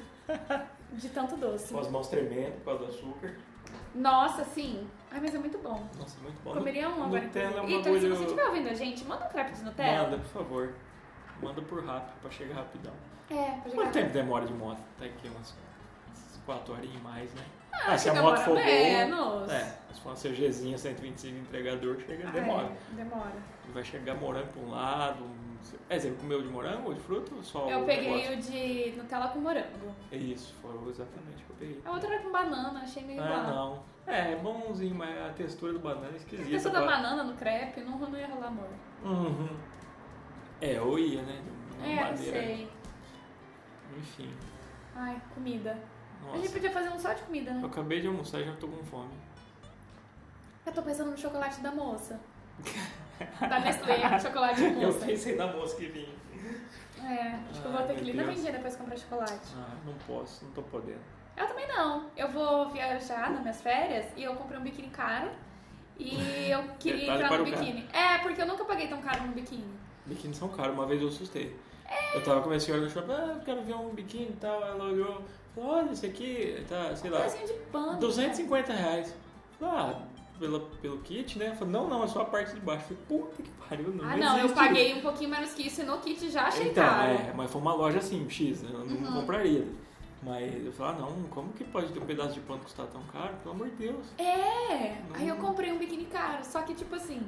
[SPEAKER 1] De tanto doce.
[SPEAKER 2] Com as mãos tremendo por causa do açúcar.
[SPEAKER 1] Nossa, sim. Ai, mas é muito bom.
[SPEAKER 2] Nossa, muito bom.
[SPEAKER 1] Comeria um agora.
[SPEAKER 2] Nutella é um
[SPEAKER 1] inclusive. Então, se
[SPEAKER 2] bagulho-
[SPEAKER 1] você estiver ouvindo a gente, manda um crepe de Nutella.
[SPEAKER 2] Manda, por favor. Manda por rápido, pra chegar rapidão.
[SPEAKER 1] É, pra
[SPEAKER 2] Quanto
[SPEAKER 1] jogar.
[SPEAKER 2] tempo demora de moto? Tá aqui umas 4 horas e mais, né?
[SPEAKER 1] Ah,
[SPEAKER 2] se a
[SPEAKER 1] chega
[SPEAKER 2] moto
[SPEAKER 1] uma
[SPEAKER 2] for
[SPEAKER 1] hora
[SPEAKER 2] boa...
[SPEAKER 1] menos.
[SPEAKER 2] É, se for uma CGzinha 125 entregador, chega, demora.
[SPEAKER 1] É, demora.
[SPEAKER 2] Vai chegar morango pra um lado... um- É, você comeu de morango ou de fruta ou só
[SPEAKER 1] Eu
[SPEAKER 2] o
[SPEAKER 1] peguei
[SPEAKER 2] negócio?
[SPEAKER 1] o de Nutella com morango.
[SPEAKER 2] É isso, foi exatamente o que eu peguei.
[SPEAKER 1] A outra era com banana, achei meio
[SPEAKER 2] Ah,
[SPEAKER 1] É banana.
[SPEAKER 2] não. É, é bonzinho, mas a textura do banana é
[SPEAKER 1] A
[SPEAKER 2] esquisita.
[SPEAKER 1] pessoa da
[SPEAKER 2] ba-
[SPEAKER 1] banana no crepe, não, não ia rolar amor.
[SPEAKER 2] Uhum. É, ou ia, né? De uma
[SPEAKER 1] é, não
[SPEAKER 2] maneira.
[SPEAKER 1] sei.
[SPEAKER 2] Enfim.
[SPEAKER 1] Ai, comida. A gente
[SPEAKER 2] Nossa.
[SPEAKER 1] podia fazer um só de comida, né?
[SPEAKER 2] Eu acabei de almoçar e já tô com fome.
[SPEAKER 1] Eu tô pensando no chocolate da moça. Da Nestlé, chocolate de
[SPEAKER 2] Eu
[SPEAKER 1] moça.
[SPEAKER 2] pensei na moça que vinha.
[SPEAKER 1] É, acho que eu vou
[SPEAKER 2] Ai,
[SPEAKER 1] ter
[SPEAKER 2] meu
[SPEAKER 1] que ir na
[SPEAKER 2] Deus.
[SPEAKER 1] vendinha depois comprar chocolate.
[SPEAKER 2] Ah, não posso, não tô podendo.
[SPEAKER 1] Eu também não. Eu vou viajar nas minhas férias e eu comprei um biquíni caro. E eu queria
[SPEAKER 2] Detalhe
[SPEAKER 1] entrar
[SPEAKER 2] para
[SPEAKER 1] no
[SPEAKER 2] o cara.
[SPEAKER 1] biquíni. É, porque eu nunca paguei tão caro no biquíni.
[SPEAKER 2] Biquíni são caros, uma vez eu assustei. Eu tava com a minha senhora no shopping, ah, eu quero ver um biquíni e tal. Ela olhou, falou, olha, esse aqui tá, sei lá,
[SPEAKER 1] Pezinho de pano.
[SPEAKER 2] 250 reais. Falei, ah, pela, pelo kit, né? Falei, não, não, é só a parte de baixo. Falei, puta que pariu, não
[SPEAKER 1] Ah, não, eu
[SPEAKER 2] existe
[SPEAKER 1] paguei um pouquinho menos que isso e no kit já achei
[SPEAKER 2] então,
[SPEAKER 1] caro. Uhum.
[SPEAKER 2] é, mas foi uma loja assim, X, né? eu não compraria. Mas eu falei, ah, não, como que pode ter um pedaço de pano custar tão caro? Pelo amor de Deus.
[SPEAKER 1] É, aí eu
[SPEAKER 2] Hum.
[SPEAKER 1] comprei um biquíni caro, só que tipo assim,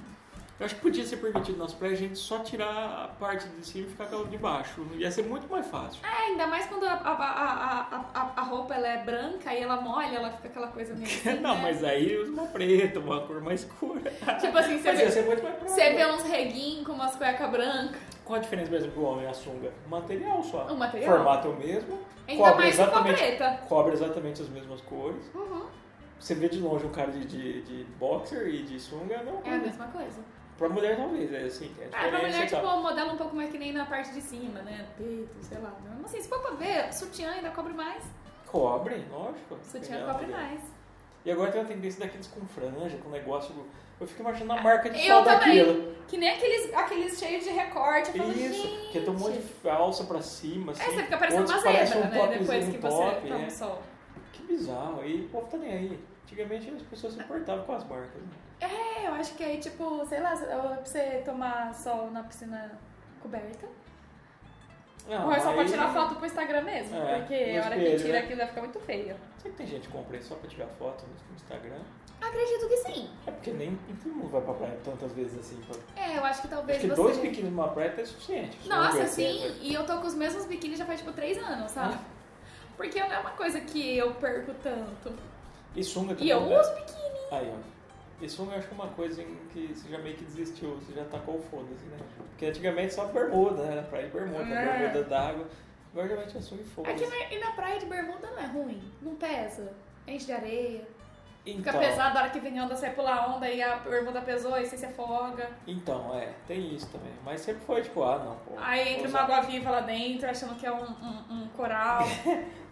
[SPEAKER 2] Eu acho que podia ser permitido nas praias a gente só tirar a parte de cima e ficar pelo de baixo. Ia ser muito mais fácil.
[SPEAKER 1] é, ainda mais quando a, a, a, a, a- a roupa ela é branca e ela molha, ela fica aquela coisa meio assim,
[SPEAKER 2] não,
[SPEAKER 1] né?
[SPEAKER 2] mas é aí usa uma preta, uma cor mais escura.
[SPEAKER 1] Tipo assim, você
[SPEAKER 2] Mas é ia
[SPEAKER 1] vê,
[SPEAKER 2] ser muito mais prático.
[SPEAKER 1] você vê uns reguinhos com umas cuecas brancas,
[SPEAKER 2] Qual a diferença mesmo pro homem e a sunga? O material só.
[SPEAKER 1] O Um material.
[SPEAKER 2] Formato é o mesmo.
[SPEAKER 1] ainda
[SPEAKER 2] cobre
[SPEAKER 1] mais com a
[SPEAKER 2] exatamente,
[SPEAKER 1] preta.
[SPEAKER 2] Cobre exatamente as mesmas cores.
[SPEAKER 1] Uhum,
[SPEAKER 2] Você vê de longe um cara de, de, de boxer e de sunga, é a mesma
[SPEAKER 1] é a
[SPEAKER 2] coisa.
[SPEAKER 1] mesma coisa.
[SPEAKER 2] Pra mulher, talvez, é assim, tem a
[SPEAKER 1] Ah, pra
[SPEAKER 2] diferença
[SPEAKER 1] mulher,
[SPEAKER 2] e tal.
[SPEAKER 1] tipo, modela um pouco mais que nem na parte de cima, né? Peito, sei lá. Mas assim, se for pra ver, sutiã ainda cobre mais.
[SPEAKER 2] Cobre, lógico.
[SPEAKER 1] Sutiã
[SPEAKER 2] Entendeu?
[SPEAKER 1] cobre mais.
[SPEAKER 2] E agora tem uma tendência daqueles com franja, com negócio. Eu fico imaginando a marca de
[SPEAKER 1] Eu
[SPEAKER 2] sol
[SPEAKER 1] também.
[SPEAKER 2] daquilo.
[SPEAKER 1] Que nem aqueles, aqueles cheios de recorte. Eu falo,
[SPEAKER 2] Isso,
[SPEAKER 1] gente.
[SPEAKER 2] porque tem um monte de falsa pra cima, assim.
[SPEAKER 1] É, você fica parecendo uma
[SPEAKER 2] outros
[SPEAKER 1] zebra,
[SPEAKER 2] parecem um
[SPEAKER 1] né? Depois
[SPEAKER 2] topzinho
[SPEAKER 1] que você
[SPEAKER 2] top,
[SPEAKER 1] toma
[SPEAKER 2] é.
[SPEAKER 1] o sol.
[SPEAKER 2] Que bizarro, aí o povo tá nem aí. Antigamente as pessoas se importavam com as marcas. né?
[SPEAKER 1] É, eu acho que aí, tipo, sei lá, pra você tomar sol na piscina coberta.
[SPEAKER 2] Não,
[SPEAKER 1] Ou é só pra
[SPEAKER 2] Ah, aí-
[SPEAKER 1] tirar foto pro Instagram mesmo.
[SPEAKER 2] É,
[SPEAKER 1] porque
[SPEAKER 2] no
[SPEAKER 1] a hora
[SPEAKER 2] espelho,
[SPEAKER 1] que tira
[SPEAKER 2] né?
[SPEAKER 1] aquilo vai ficar muito feio.
[SPEAKER 2] Será que tem gente que compra isso só pra tirar foto no Instagram?
[SPEAKER 1] Acredito que sim.
[SPEAKER 2] É porque nem nem todo mundo vai pra praia tantas vezes assim. pra-
[SPEAKER 1] É, eu acho que talvez
[SPEAKER 2] Acho que
[SPEAKER 1] você.
[SPEAKER 2] dois pequenos numa praia tá suficiente.
[SPEAKER 1] Nossa,
[SPEAKER 2] Sunga,
[SPEAKER 1] sim.
[SPEAKER 2] zebra.
[SPEAKER 1] E eu tô com os mesmos biquínis já faz tipo três anos, sabe?
[SPEAKER 2] Hum.
[SPEAKER 1] Porque não é uma coisa que eu perco tanto.
[SPEAKER 2] E sunga também.
[SPEAKER 1] E eu
[SPEAKER 2] né?
[SPEAKER 1] uso biquíni.
[SPEAKER 2] Aí, ó. Esse filme eu acho que é uma coisa em que você já meio que desistiu, você já tacou o foda-se, né? Porque antigamente só bermuda, né? Na praia de bermuda,
[SPEAKER 1] É.
[SPEAKER 2] bermuda d'água. Agora geralmente é filme
[SPEAKER 1] É que
[SPEAKER 2] foda-se.
[SPEAKER 1] na- e na praia de bermuda não é ruim, não pesa. Enche de areia. Fica
[SPEAKER 2] Então,
[SPEAKER 1] pesado a hora que vem onda, você pula onda e a bermuda pesou e você se afoga.
[SPEAKER 2] então, é, tem isso também. Mas sempre foi tipo, ah, não, pô.
[SPEAKER 1] Aí
[SPEAKER 2] vou
[SPEAKER 1] entra uma
[SPEAKER 2] usar.
[SPEAKER 1] água viva lá dentro, achando que é um, um- um coral,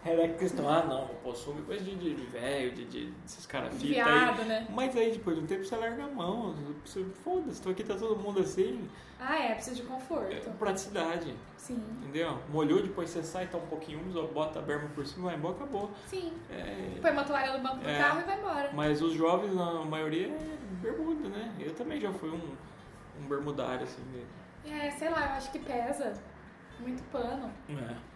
[SPEAKER 2] Era a questão, ah, não, pô, filme é coisa de, de, de velho, de, de desses caras
[SPEAKER 1] um
[SPEAKER 2] fita aí.
[SPEAKER 1] viado, né?
[SPEAKER 2] Mas aí depois de um tempo você larga a mão, você, foda-se, tô aqui, tá todo mundo assim.
[SPEAKER 1] Ah, é, precisa de
[SPEAKER 2] É,
[SPEAKER 1] conforto.
[SPEAKER 2] praticidade,
[SPEAKER 1] Sim,
[SPEAKER 2] entendeu? Molhou, depois você sai, tá um pouquinho úmido, bota a berma por cima, vai embora, acabou.
[SPEAKER 1] sim.
[SPEAKER 2] É,
[SPEAKER 1] Põe uma toalha no banco do
[SPEAKER 2] É.
[SPEAKER 1] carro e vai embora.
[SPEAKER 2] Mas os jovens, na maioria, é bermuda, né? Eu também já fui um, um bermudário, assim. de-
[SPEAKER 1] É, sei lá, eu acho que pesa. Muito pano.
[SPEAKER 2] É.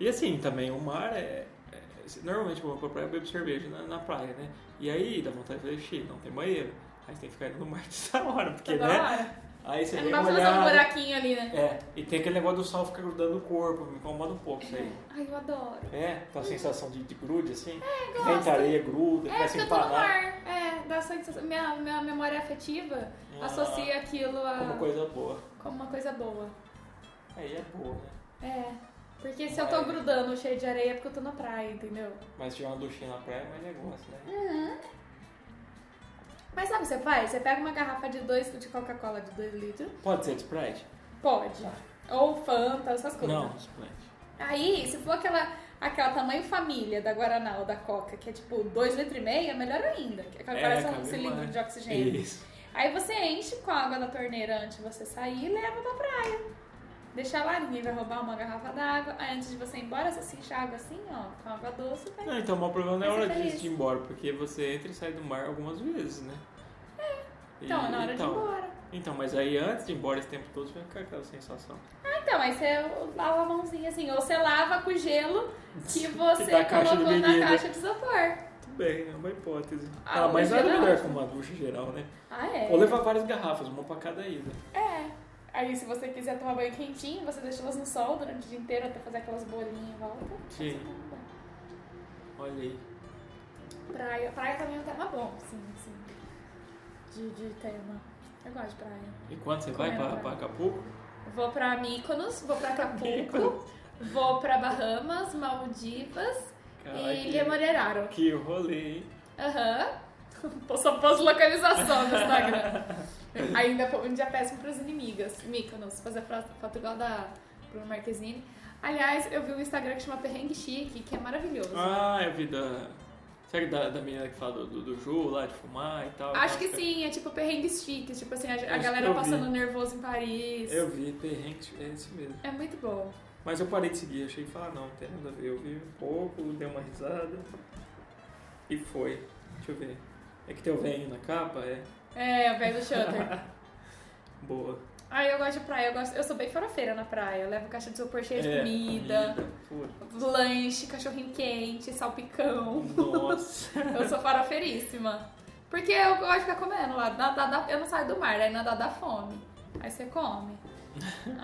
[SPEAKER 2] E assim, também, o mar é... é- normalmente, eu vou pra praia, eu bebo cerveja na, na praia, né? E aí, dá vontade de fazer xixi, não tem banheiro. Aí você tem que ficar indo no mar toda hora, porque,
[SPEAKER 1] Toda
[SPEAKER 2] né?
[SPEAKER 1] hora.
[SPEAKER 2] Aí você
[SPEAKER 1] É,
[SPEAKER 2] tem
[SPEAKER 1] não
[SPEAKER 2] que
[SPEAKER 1] dá pra fazer um
[SPEAKER 2] olhar...
[SPEAKER 1] buraquinho ali, né?
[SPEAKER 2] É, e tem aquele negócio do sal ficar grudando no corpo, me incomoda um pouco isso aí.
[SPEAKER 1] Ai, eu adoro.
[SPEAKER 2] É, aquela sensação de, de grude, assim.
[SPEAKER 1] É, gosto.
[SPEAKER 2] Vem areia, gruda,
[SPEAKER 1] É, porque
[SPEAKER 2] começa a
[SPEAKER 1] eu tô no
[SPEAKER 2] empanar.
[SPEAKER 1] mar. É, dá essa sensação. Minha, minha memória afetiva
[SPEAKER 2] Ah,
[SPEAKER 1] associa aquilo a...
[SPEAKER 2] Como coisa boa.
[SPEAKER 1] como uma coisa boa.
[SPEAKER 2] Aí é boa, né?
[SPEAKER 1] É. Porque se eu tô
[SPEAKER 2] É.
[SPEAKER 1] grudando cheio de areia é porque eu tô na praia, entendeu?
[SPEAKER 2] Mas tirar uma duchinha na praia é mais negócio, né?
[SPEAKER 1] Mas sabe o que você faz? Você pega uma garrafa de dois de Coca-Cola de 2 litros.
[SPEAKER 2] Pode ser de Sprite?
[SPEAKER 1] Pode. Ou Fanta, essas coisas.
[SPEAKER 2] Não, Sprite.
[SPEAKER 1] Aí, se for aquela, aquela tamanho família da Guaraná ou da Coca, que é tipo 2,5 litros, e meio, é melhor ainda. Que aquela
[SPEAKER 2] É,
[SPEAKER 1] parece um
[SPEAKER 2] cabe
[SPEAKER 1] cilindro
[SPEAKER 2] mais.
[SPEAKER 1] de oxigênio.
[SPEAKER 2] Isso.
[SPEAKER 1] Aí você enche com a água da torneira antes de você sair e leva pra praia. Deixa lá, ninguém vai roubar uma garrafa d'água. Aí antes de você ir embora, você se enxaga assim, ó, com água doce, vai.
[SPEAKER 2] Não, então o maior problema não é a
[SPEAKER 1] Mas
[SPEAKER 2] hora
[SPEAKER 1] é
[SPEAKER 2] de
[SPEAKER 1] feliz.
[SPEAKER 2] de ir embora, porque você entra e sai do mar algumas vezes, né? É.
[SPEAKER 1] Então, é na hora de ir embora.
[SPEAKER 2] Então, mas aí antes de ir embora esse tempo todo, você vai ficar com aquela sensação.
[SPEAKER 1] Ah, então, aí você lava a mãozinha assim, ou você lava com o gelo que você
[SPEAKER 2] da tá caixa de
[SPEAKER 1] colocou na
[SPEAKER 2] bebida.
[SPEAKER 1] caixa de isopor.
[SPEAKER 2] Tudo bem, é uma hipótese.
[SPEAKER 1] Ah,
[SPEAKER 2] Ah, mas
[SPEAKER 1] mas
[SPEAKER 2] nada
[SPEAKER 1] geral.
[SPEAKER 2] melhor que uma ducha geral, né?
[SPEAKER 1] Ah, é?
[SPEAKER 2] Ou levar várias garrafas, uma pra cada ida.
[SPEAKER 1] É. Aí, se você quiser tomar banho quentinho, você deixa elas no sol durante o dia inteiro até fazer aquelas bolinhas em volta.
[SPEAKER 2] Sim. Olha aí.
[SPEAKER 1] Praia. Praia também é um tema bom, sim, sim. De, de tema. Eu gosto de praia.
[SPEAKER 2] E quando você
[SPEAKER 1] Como
[SPEAKER 2] vai
[SPEAKER 1] é
[SPEAKER 2] pra,
[SPEAKER 1] praia?
[SPEAKER 2] pra Acapulco?
[SPEAKER 1] Vou pra Mykonos, vou pra Acapulco, vou pra Bahamas, Maldivas
[SPEAKER 2] Caralho,
[SPEAKER 1] e Ilha Moreraro.
[SPEAKER 2] que rolê, hein?
[SPEAKER 1] Aham. Só posto localização no Instagram. Ainda foi um dia péssimo pras inimigas. Mykonos, fazer fra- foto igual da Bruna Marquezine. Aliás, eu vi um Instagram que chama Perrengue Chique, que é maravilhoso.
[SPEAKER 2] Ah, eu vi da. Será que da, da menina que fala do, do, do Ju lá de fumar e tal?
[SPEAKER 1] Acho que
[SPEAKER 2] Nossa,
[SPEAKER 1] sim, é tipo perrengues chiques, tipo assim, a, a
[SPEAKER 2] Acho que
[SPEAKER 1] galera
[SPEAKER 2] eu vi.
[SPEAKER 1] passando nervoso em Paris.
[SPEAKER 2] Eu vi, perrengue, é esse mesmo.
[SPEAKER 1] É muito bom.
[SPEAKER 2] Mas eu parei de seguir, achei que falar, não, não tem nada a ver. Eu vi um pouco, dei uma risada e foi. Deixa eu ver. É que tem o venho na capa? É.
[SPEAKER 1] É, o velho do Shutter.
[SPEAKER 2] Boa.
[SPEAKER 1] Ai, eu gosto de praia, eu, gosto, eu sou bem farofeira na praia. Eu levo caixa de isopor cheia de
[SPEAKER 2] É,
[SPEAKER 1] comida,
[SPEAKER 2] comida,
[SPEAKER 1] lanche, cachorrinho quente, salpicão.
[SPEAKER 2] pô. Nossa.
[SPEAKER 1] Eu sou farofeiríssima. Porque eu gosto de ficar comendo lá. Nadar dá- eu não saio do mar, aí nadar dá fome. Aí você come.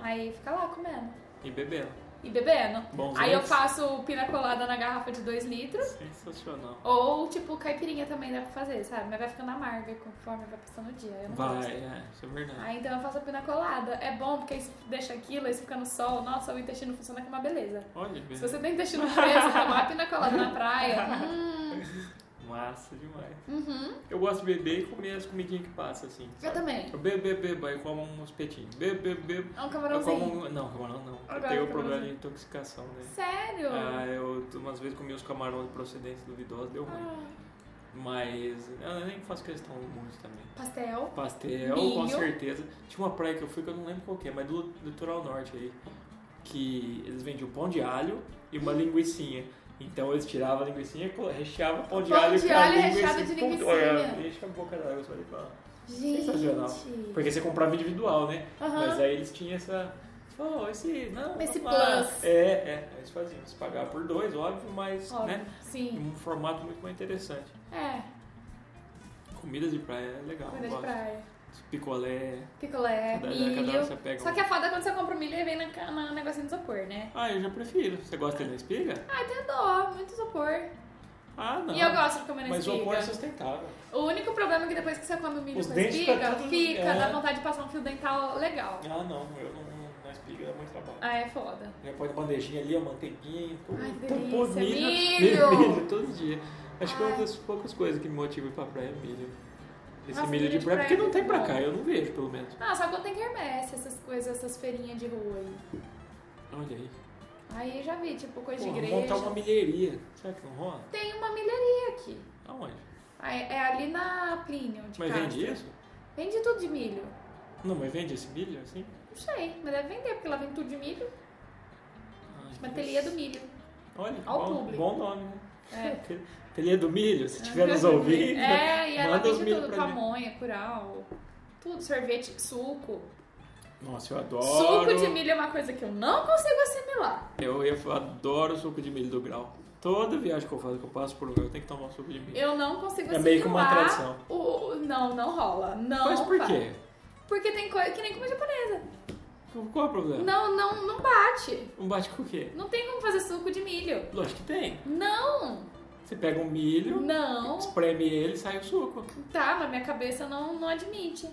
[SPEAKER 1] Aí fica lá comendo.
[SPEAKER 2] e bebendo.
[SPEAKER 1] E bebendo.
[SPEAKER 2] Bons
[SPEAKER 1] aí eu "Hum."
[SPEAKER 2] lanches.
[SPEAKER 1] faço pina colada na garrafa de 2 litros.
[SPEAKER 2] Sensacional.
[SPEAKER 1] Ou, tipo, caipirinha também dá pra fazer, sabe? Mas vai ficando amarga conforme vai passando o dia. Eu não gosto.
[SPEAKER 2] Vai, é, isso é verdade.
[SPEAKER 1] Aí então eu faço a pina colada. É bom porque aí você deixa aquilo, aí você fica no sol. Nossa, o intestino funciona que é uma beleza.
[SPEAKER 2] Olha,
[SPEAKER 1] Se
[SPEAKER 2] velho.
[SPEAKER 1] você tem intestino preso, tomar pina colada na praia. Hum,
[SPEAKER 2] Massa demais.
[SPEAKER 1] uhum.
[SPEAKER 2] Eu gosto de beber e comer as comidinhas que passam, assim.
[SPEAKER 1] Eu
[SPEAKER 2] sabe?
[SPEAKER 1] também.
[SPEAKER 2] Eu bebo, bebo, bebo, aí eu é como um uns petinhos. Bebo, bebo, bebo.
[SPEAKER 1] É um
[SPEAKER 2] Eu como...
[SPEAKER 1] camarãozinho.
[SPEAKER 2] um- Não, camarão não.
[SPEAKER 1] Agora,
[SPEAKER 2] eu tenho
[SPEAKER 1] camarãozinho.
[SPEAKER 2] o problema de intoxicação, né?
[SPEAKER 1] Sério?
[SPEAKER 2] Ah, eu umas vezes comi uns camarões de procedência duvidosa, deu ruim.
[SPEAKER 1] Ah,
[SPEAKER 2] Mas eu nem faço questão muito também.
[SPEAKER 1] pastel.
[SPEAKER 2] Pastel, com
[SPEAKER 1] Milho.
[SPEAKER 2] certeza. Tinha uma praia que eu fui que eu não lembro qual que é, mas do litoral norte aí. Que eles vendiam pão de alho e
[SPEAKER 1] Hum.
[SPEAKER 2] uma linguiçinha. Então eles tiravam a linguiçinha, colo- recheavam o pão de
[SPEAKER 1] Pão
[SPEAKER 2] alho
[SPEAKER 1] de
[SPEAKER 2] com a
[SPEAKER 1] alho
[SPEAKER 2] linguiça.
[SPEAKER 1] recheado de
[SPEAKER 2] Puta,
[SPEAKER 1] linguiçinha.
[SPEAKER 2] olha, Deixa a boca d'água só de falar.
[SPEAKER 1] Gente.
[SPEAKER 2] Sensacional. Porque você comprava individual, né?
[SPEAKER 1] Aham.
[SPEAKER 2] Mas aí eles tinham essa. Pô, esse. Não,
[SPEAKER 1] Esse
[SPEAKER 2] vamos lá.
[SPEAKER 1] plus.
[SPEAKER 2] É, é. Aí eles faziam. Eles pagavam por dois, óbvio, mas.
[SPEAKER 1] Óbvio.
[SPEAKER 2] né? Então,
[SPEAKER 1] Sim.
[SPEAKER 2] Um formato muito mais interessante.
[SPEAKER 1] É,
[SPEAKER 2] Comidas de praia é legal.
[SPEAKER 1] comida
[SPEAKER 2] eu
[SPEAKER 1] de
[SPEAKER 2] gosto.
[SPEAKER 1] praia.
[SPEAKER 2] Picolé.
[SPEAKER 1] Picolé,
[SPEAKER 2] cada- cada hora
[SPEAKER 1] milho.
[SPEAKER 2] você pega
[SPEAKER 1] Só
[SPEAKER 2] um.
[SPEAKER 1] que é foda quando você compra o milho e vem na, ca- na negocinho de isopor, né?
[SPEAKER 2] Ah, eu já prefiro. Você gosta de na espiga?
[SPEAKER 1] Ah, tem dó, muito isopor.
[SPEAKER 2] Ah, não.
[SPEAKER 1] E eu gosto de comer na
[SPEAKER 2] Mas o
[SPEAKER 1] espiga.
[SPEAKER 2] almoço é sustentável.
[SPEAKER 1] O único problema é que depois que você come o milho
[SPEAKER 2] Os
[SPEAKER 1] com
[SPEAKER 2] dentes
[SPEAKER 1] espiga,
[SPEAKER 2] ficam tudo-
[SPEAKER 1] fica,
[SPEAKER 2] é.
[SPEAKER 1] dá vontade de passar um fio dental legal.
[SPEAKER 2] Ah, não. Eu não, na espiga dá muito trabalho.
[SPEAKER 1] Ah, é foda.
[SPEAKER 2] Já Né, põe a bandejinha ali, a manteiguinha, tudo.
[SPEAKER 1] Ai, que
[SPEAKER 2] tampou
[SPEAKER 1] delícia.
[SPEAKER 2] milho,
[SPEAKER 1] Milho!
[SPEAKER 2] milho todo dia. Acho que é uma
[SPEAKER 1] Ai.
[SPEAKER 2] das poucas coisas que me motiva ir pra praia é milho. Esse
[SPEAKER 1] Nossa,
[SPEAKER 2] milho de praia, porque não tem pra cá,
[SPEAKER 1] é bom.
[SPEAKER 2] eu não vejo, pelo menos.
[SPEAKER 1] Ah, só quando tem quermesse, essas coisas, essas feirinhas de rua aí.
[SPEAKER 2] Olha aí.
[SPEAKER 1] Aí já vi, tipo, coisa
[SPEAKER 2] Porra,
[SPEAKER 1] de igreja.
[SPEAKER 2] montar uma milheria. Será que não rola?
[SPEAKER 1] Tem uma milharia aqui.
[SPEAKER 2] Aonde?
[SPEAKER 1] Aí- É ali na Plínio, de
[SPEAKER 2] mas
[SPEAKER 1] Castro.
[SPEAKER 2] vende isso?
[SPEAKER 1] Vende tudo de milho.
[SPEAKER 2] Não, mas vende esse milho assim?
[SPEAKER 1] Não sei, mas deve vender, porque lá vende tudo de milho.
[SPEAKER 2] Ai,
[SPEAKER 1] Uma
[SPEAKER 2] que
[SPEAKER 1] telha do milho.
[SPEAKER 2] Olha,
[SPEAKER 1] ao
[SPEAKER 2] bom,
[SPEAKER 1] público.
[SPEAKER 2] bom nome, né?
[SPEAKER 1] É.
[SPEAKER 2] Telha do milho, se tiver nos ouvindo.
[SPEAKER 1] É, e ela
[SPEAKER 2] manda os
[SPEAKER 1] vende
[SPEAKER 2] milho
[SPEAKER 1] tudo,
[SPEAKER 2] pra mim.
[SPEAKER 1] pamonha, curau, tudo, sorvete, suco.
[SPEAKER 2] Nossa, eu adoro.
[SPEAKER 1] Suco de milho é uma coisa que eu não consigo assimilar.
[SPEAKER 2] Eu, eu adoro suco de milho do grau. Toda viagem que eu faço, que eu passo por um lugar, eu tenho que tomar um suco de milho.
[SPEAKER 1] Eu não consigo assimilar.
[SPEAKER 2] É meio que uma tradição.
[SPEAKER 1] O, o- não, não rola. Não.
[SPEAKER 2] Mas por
[SPEAKER 1] vai.
[SPEAKER 2] quê?
[SPEAKER 1] Porque tem coisa que nem comida japonesa.
[SPEAKER 2] Qual é o problema?
[SPEAKER 1] Não, não, não bate.
[SPEAKER 2] Um bate com o quê?
[SPEAKER 1] Não tem como fazer suco de milho.
[SPEAKER 2] Lógico que tem.
[SPEAKER 1] Não,
[SPEAKER 2] Você pega um milho,
[SPEAKER 1] não.
[SPEAKER 2] espreme ele e sai o suco.
[SPEAKER 1] Tá, mas minha cabeça não, não admite.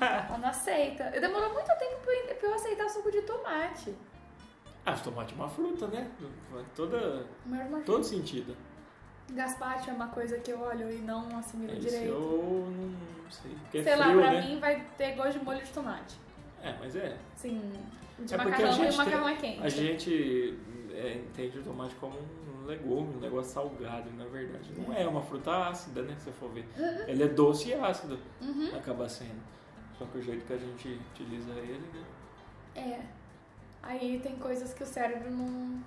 [SPEAKER 1] Ela não aceita. Eu demorou muito tempo pra eu- pra eu aceitar suco de tomate.
[SPEAKER 2] Ah, o tomate é uma fruta, né? Toda,
[SPEAKER 1] Mas uma...
[SPEAKER 2] todo sentido.
[SPEAKER 1] Gaspacho é uma coisa que eu olho e não assimilo
[SPEAKER 2] Isso
[SPEAKER 1] direito.
[SPEAKER 2] eu não sei. Porque é
[SPEAKER 1] Sei lá,
[SPEAKER 2] frio,
[SPEAKER 1] pra
[SPEAKER 2] né?
[SPEAKER 1] mim vai ter gosto de molho de tomate.
[SPEAKER 2] É, mas é.
[SPEAKER 1] Assim, de
[SPEAKER 2] É porque a
[SPEAKER 1] macarrão e
[SPEAKER 2] gente
[SPEAKER 1] macarrão
[SPEAKER 2] tem-
[SPEAKER 1] é quente.
[SPEAKER 2] A gente é, entende o tomate como um legume, um negócio salgado, e, na verdade. Não é uma fruta ácida, né? Se você for ver. Ele é doce e ácido,
[SPEAKER 1] Uhum.
[SPEAKER 2] acaba sendo. Só que o jeito que a gente utiliza ele, né?
[SPEAKER 1] É. Aí tem coisas que o cérebro não.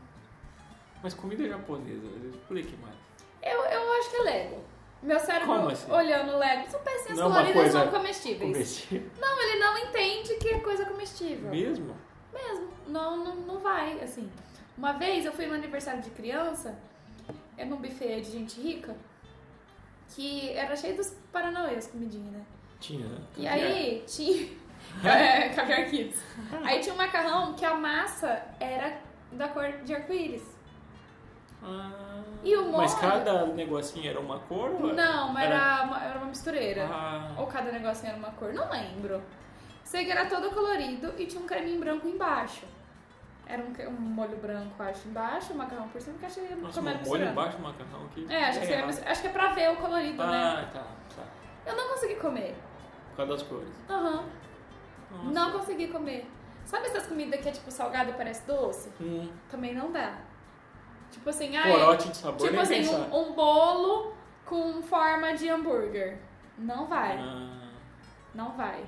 [SPEAKER 2] Mas comida japonesa, explique mais.
[SPEAKER 1] Eu, eu acho que é Lego. Meu cérebro
[SPEAKER 2] Como assim?
[SPEAKER 1] olhando Lego. São pecinhas
[SPEAKER 2] Não é uma
[SPEAKER 1] coloridas
[SPEAKER 2] coisa
[SPEAKER 1] não comestíveis.
[SPEAKER 2] Comestível.
[SPEAKER 1] Não, ele não entende que é coisa comestível.
[SPEAKER 2] Mesmo?
[SPEAKER 1] Mesmo. Não, não, não vai, assim. Uma vez eu fui no aniversário de criança, é num buffet de gente rica, que era cheio dos paranauês comidinha, né?
[SPEAKER 2] Tinha, né?
[SPEAKER 1] E aí tinha. é, caviar Kids. Aí tinha um macarrão que a massa era da cor de arco-íris.
[SPEAKER 2] Ah,
[SPEAKER 1] E o
[SPEAKER 2] Mas
[SPEAKER 1] molho?
[SPEAKER 2] cada negocinho era uma cor? ou
[SPEAKER 1] Não, mas era uma, era uma mistureira.
[SPEAKER 2] Ah,
[SPEAKER 1] Ou cada negocinho era uma cor, não lembro. Sei que era todo colorido e tinha um creminho branco embaixo. Era um, cre- um molho branco, acho, embaixo, um macarrão por cima, porque achei
[SPEAKER 2] nossa,
[SPEAKER 1] como era
[SPEAKER 2] um molho
[SPEAKER 1] misturado.
[SPEAKER 2] embaixo do macarrão aqui.
[SPEAKER 1] É, acho que, seria
[SPEAKER 2] errado.
[SPEAKER 1] mis- acho que é pra ver o colorido, né?
[SPEAKER 2] Ah, tá, tá.
[SPEAKER 1] Eu não consegui comer.
[SPEAKER 2] Por causa das cores.
[SPEAKER 1] Aham,
[SPEAKER 2] Nossa.
[SPEAKER 1] não consegui comer. Sabe essas comidas que é tipo salgada e parece doce?
[SPEAKER 2] Hum,
[SPEAKER 1] Também não dá. Tipo assim, ah, é,
[SPEAKER 2] corote de sabor,
[SPEAKER 1] tipo
[SPEAKER 2] nem
[SPEAKER 1] assim,
[SPEAKER 2] pensar.
[SPEAKER 1] um, um bolo com forma de hambúrguer. Não vai,
[SPEAKER 2] Ah,
[SPEAKER 1] não vai.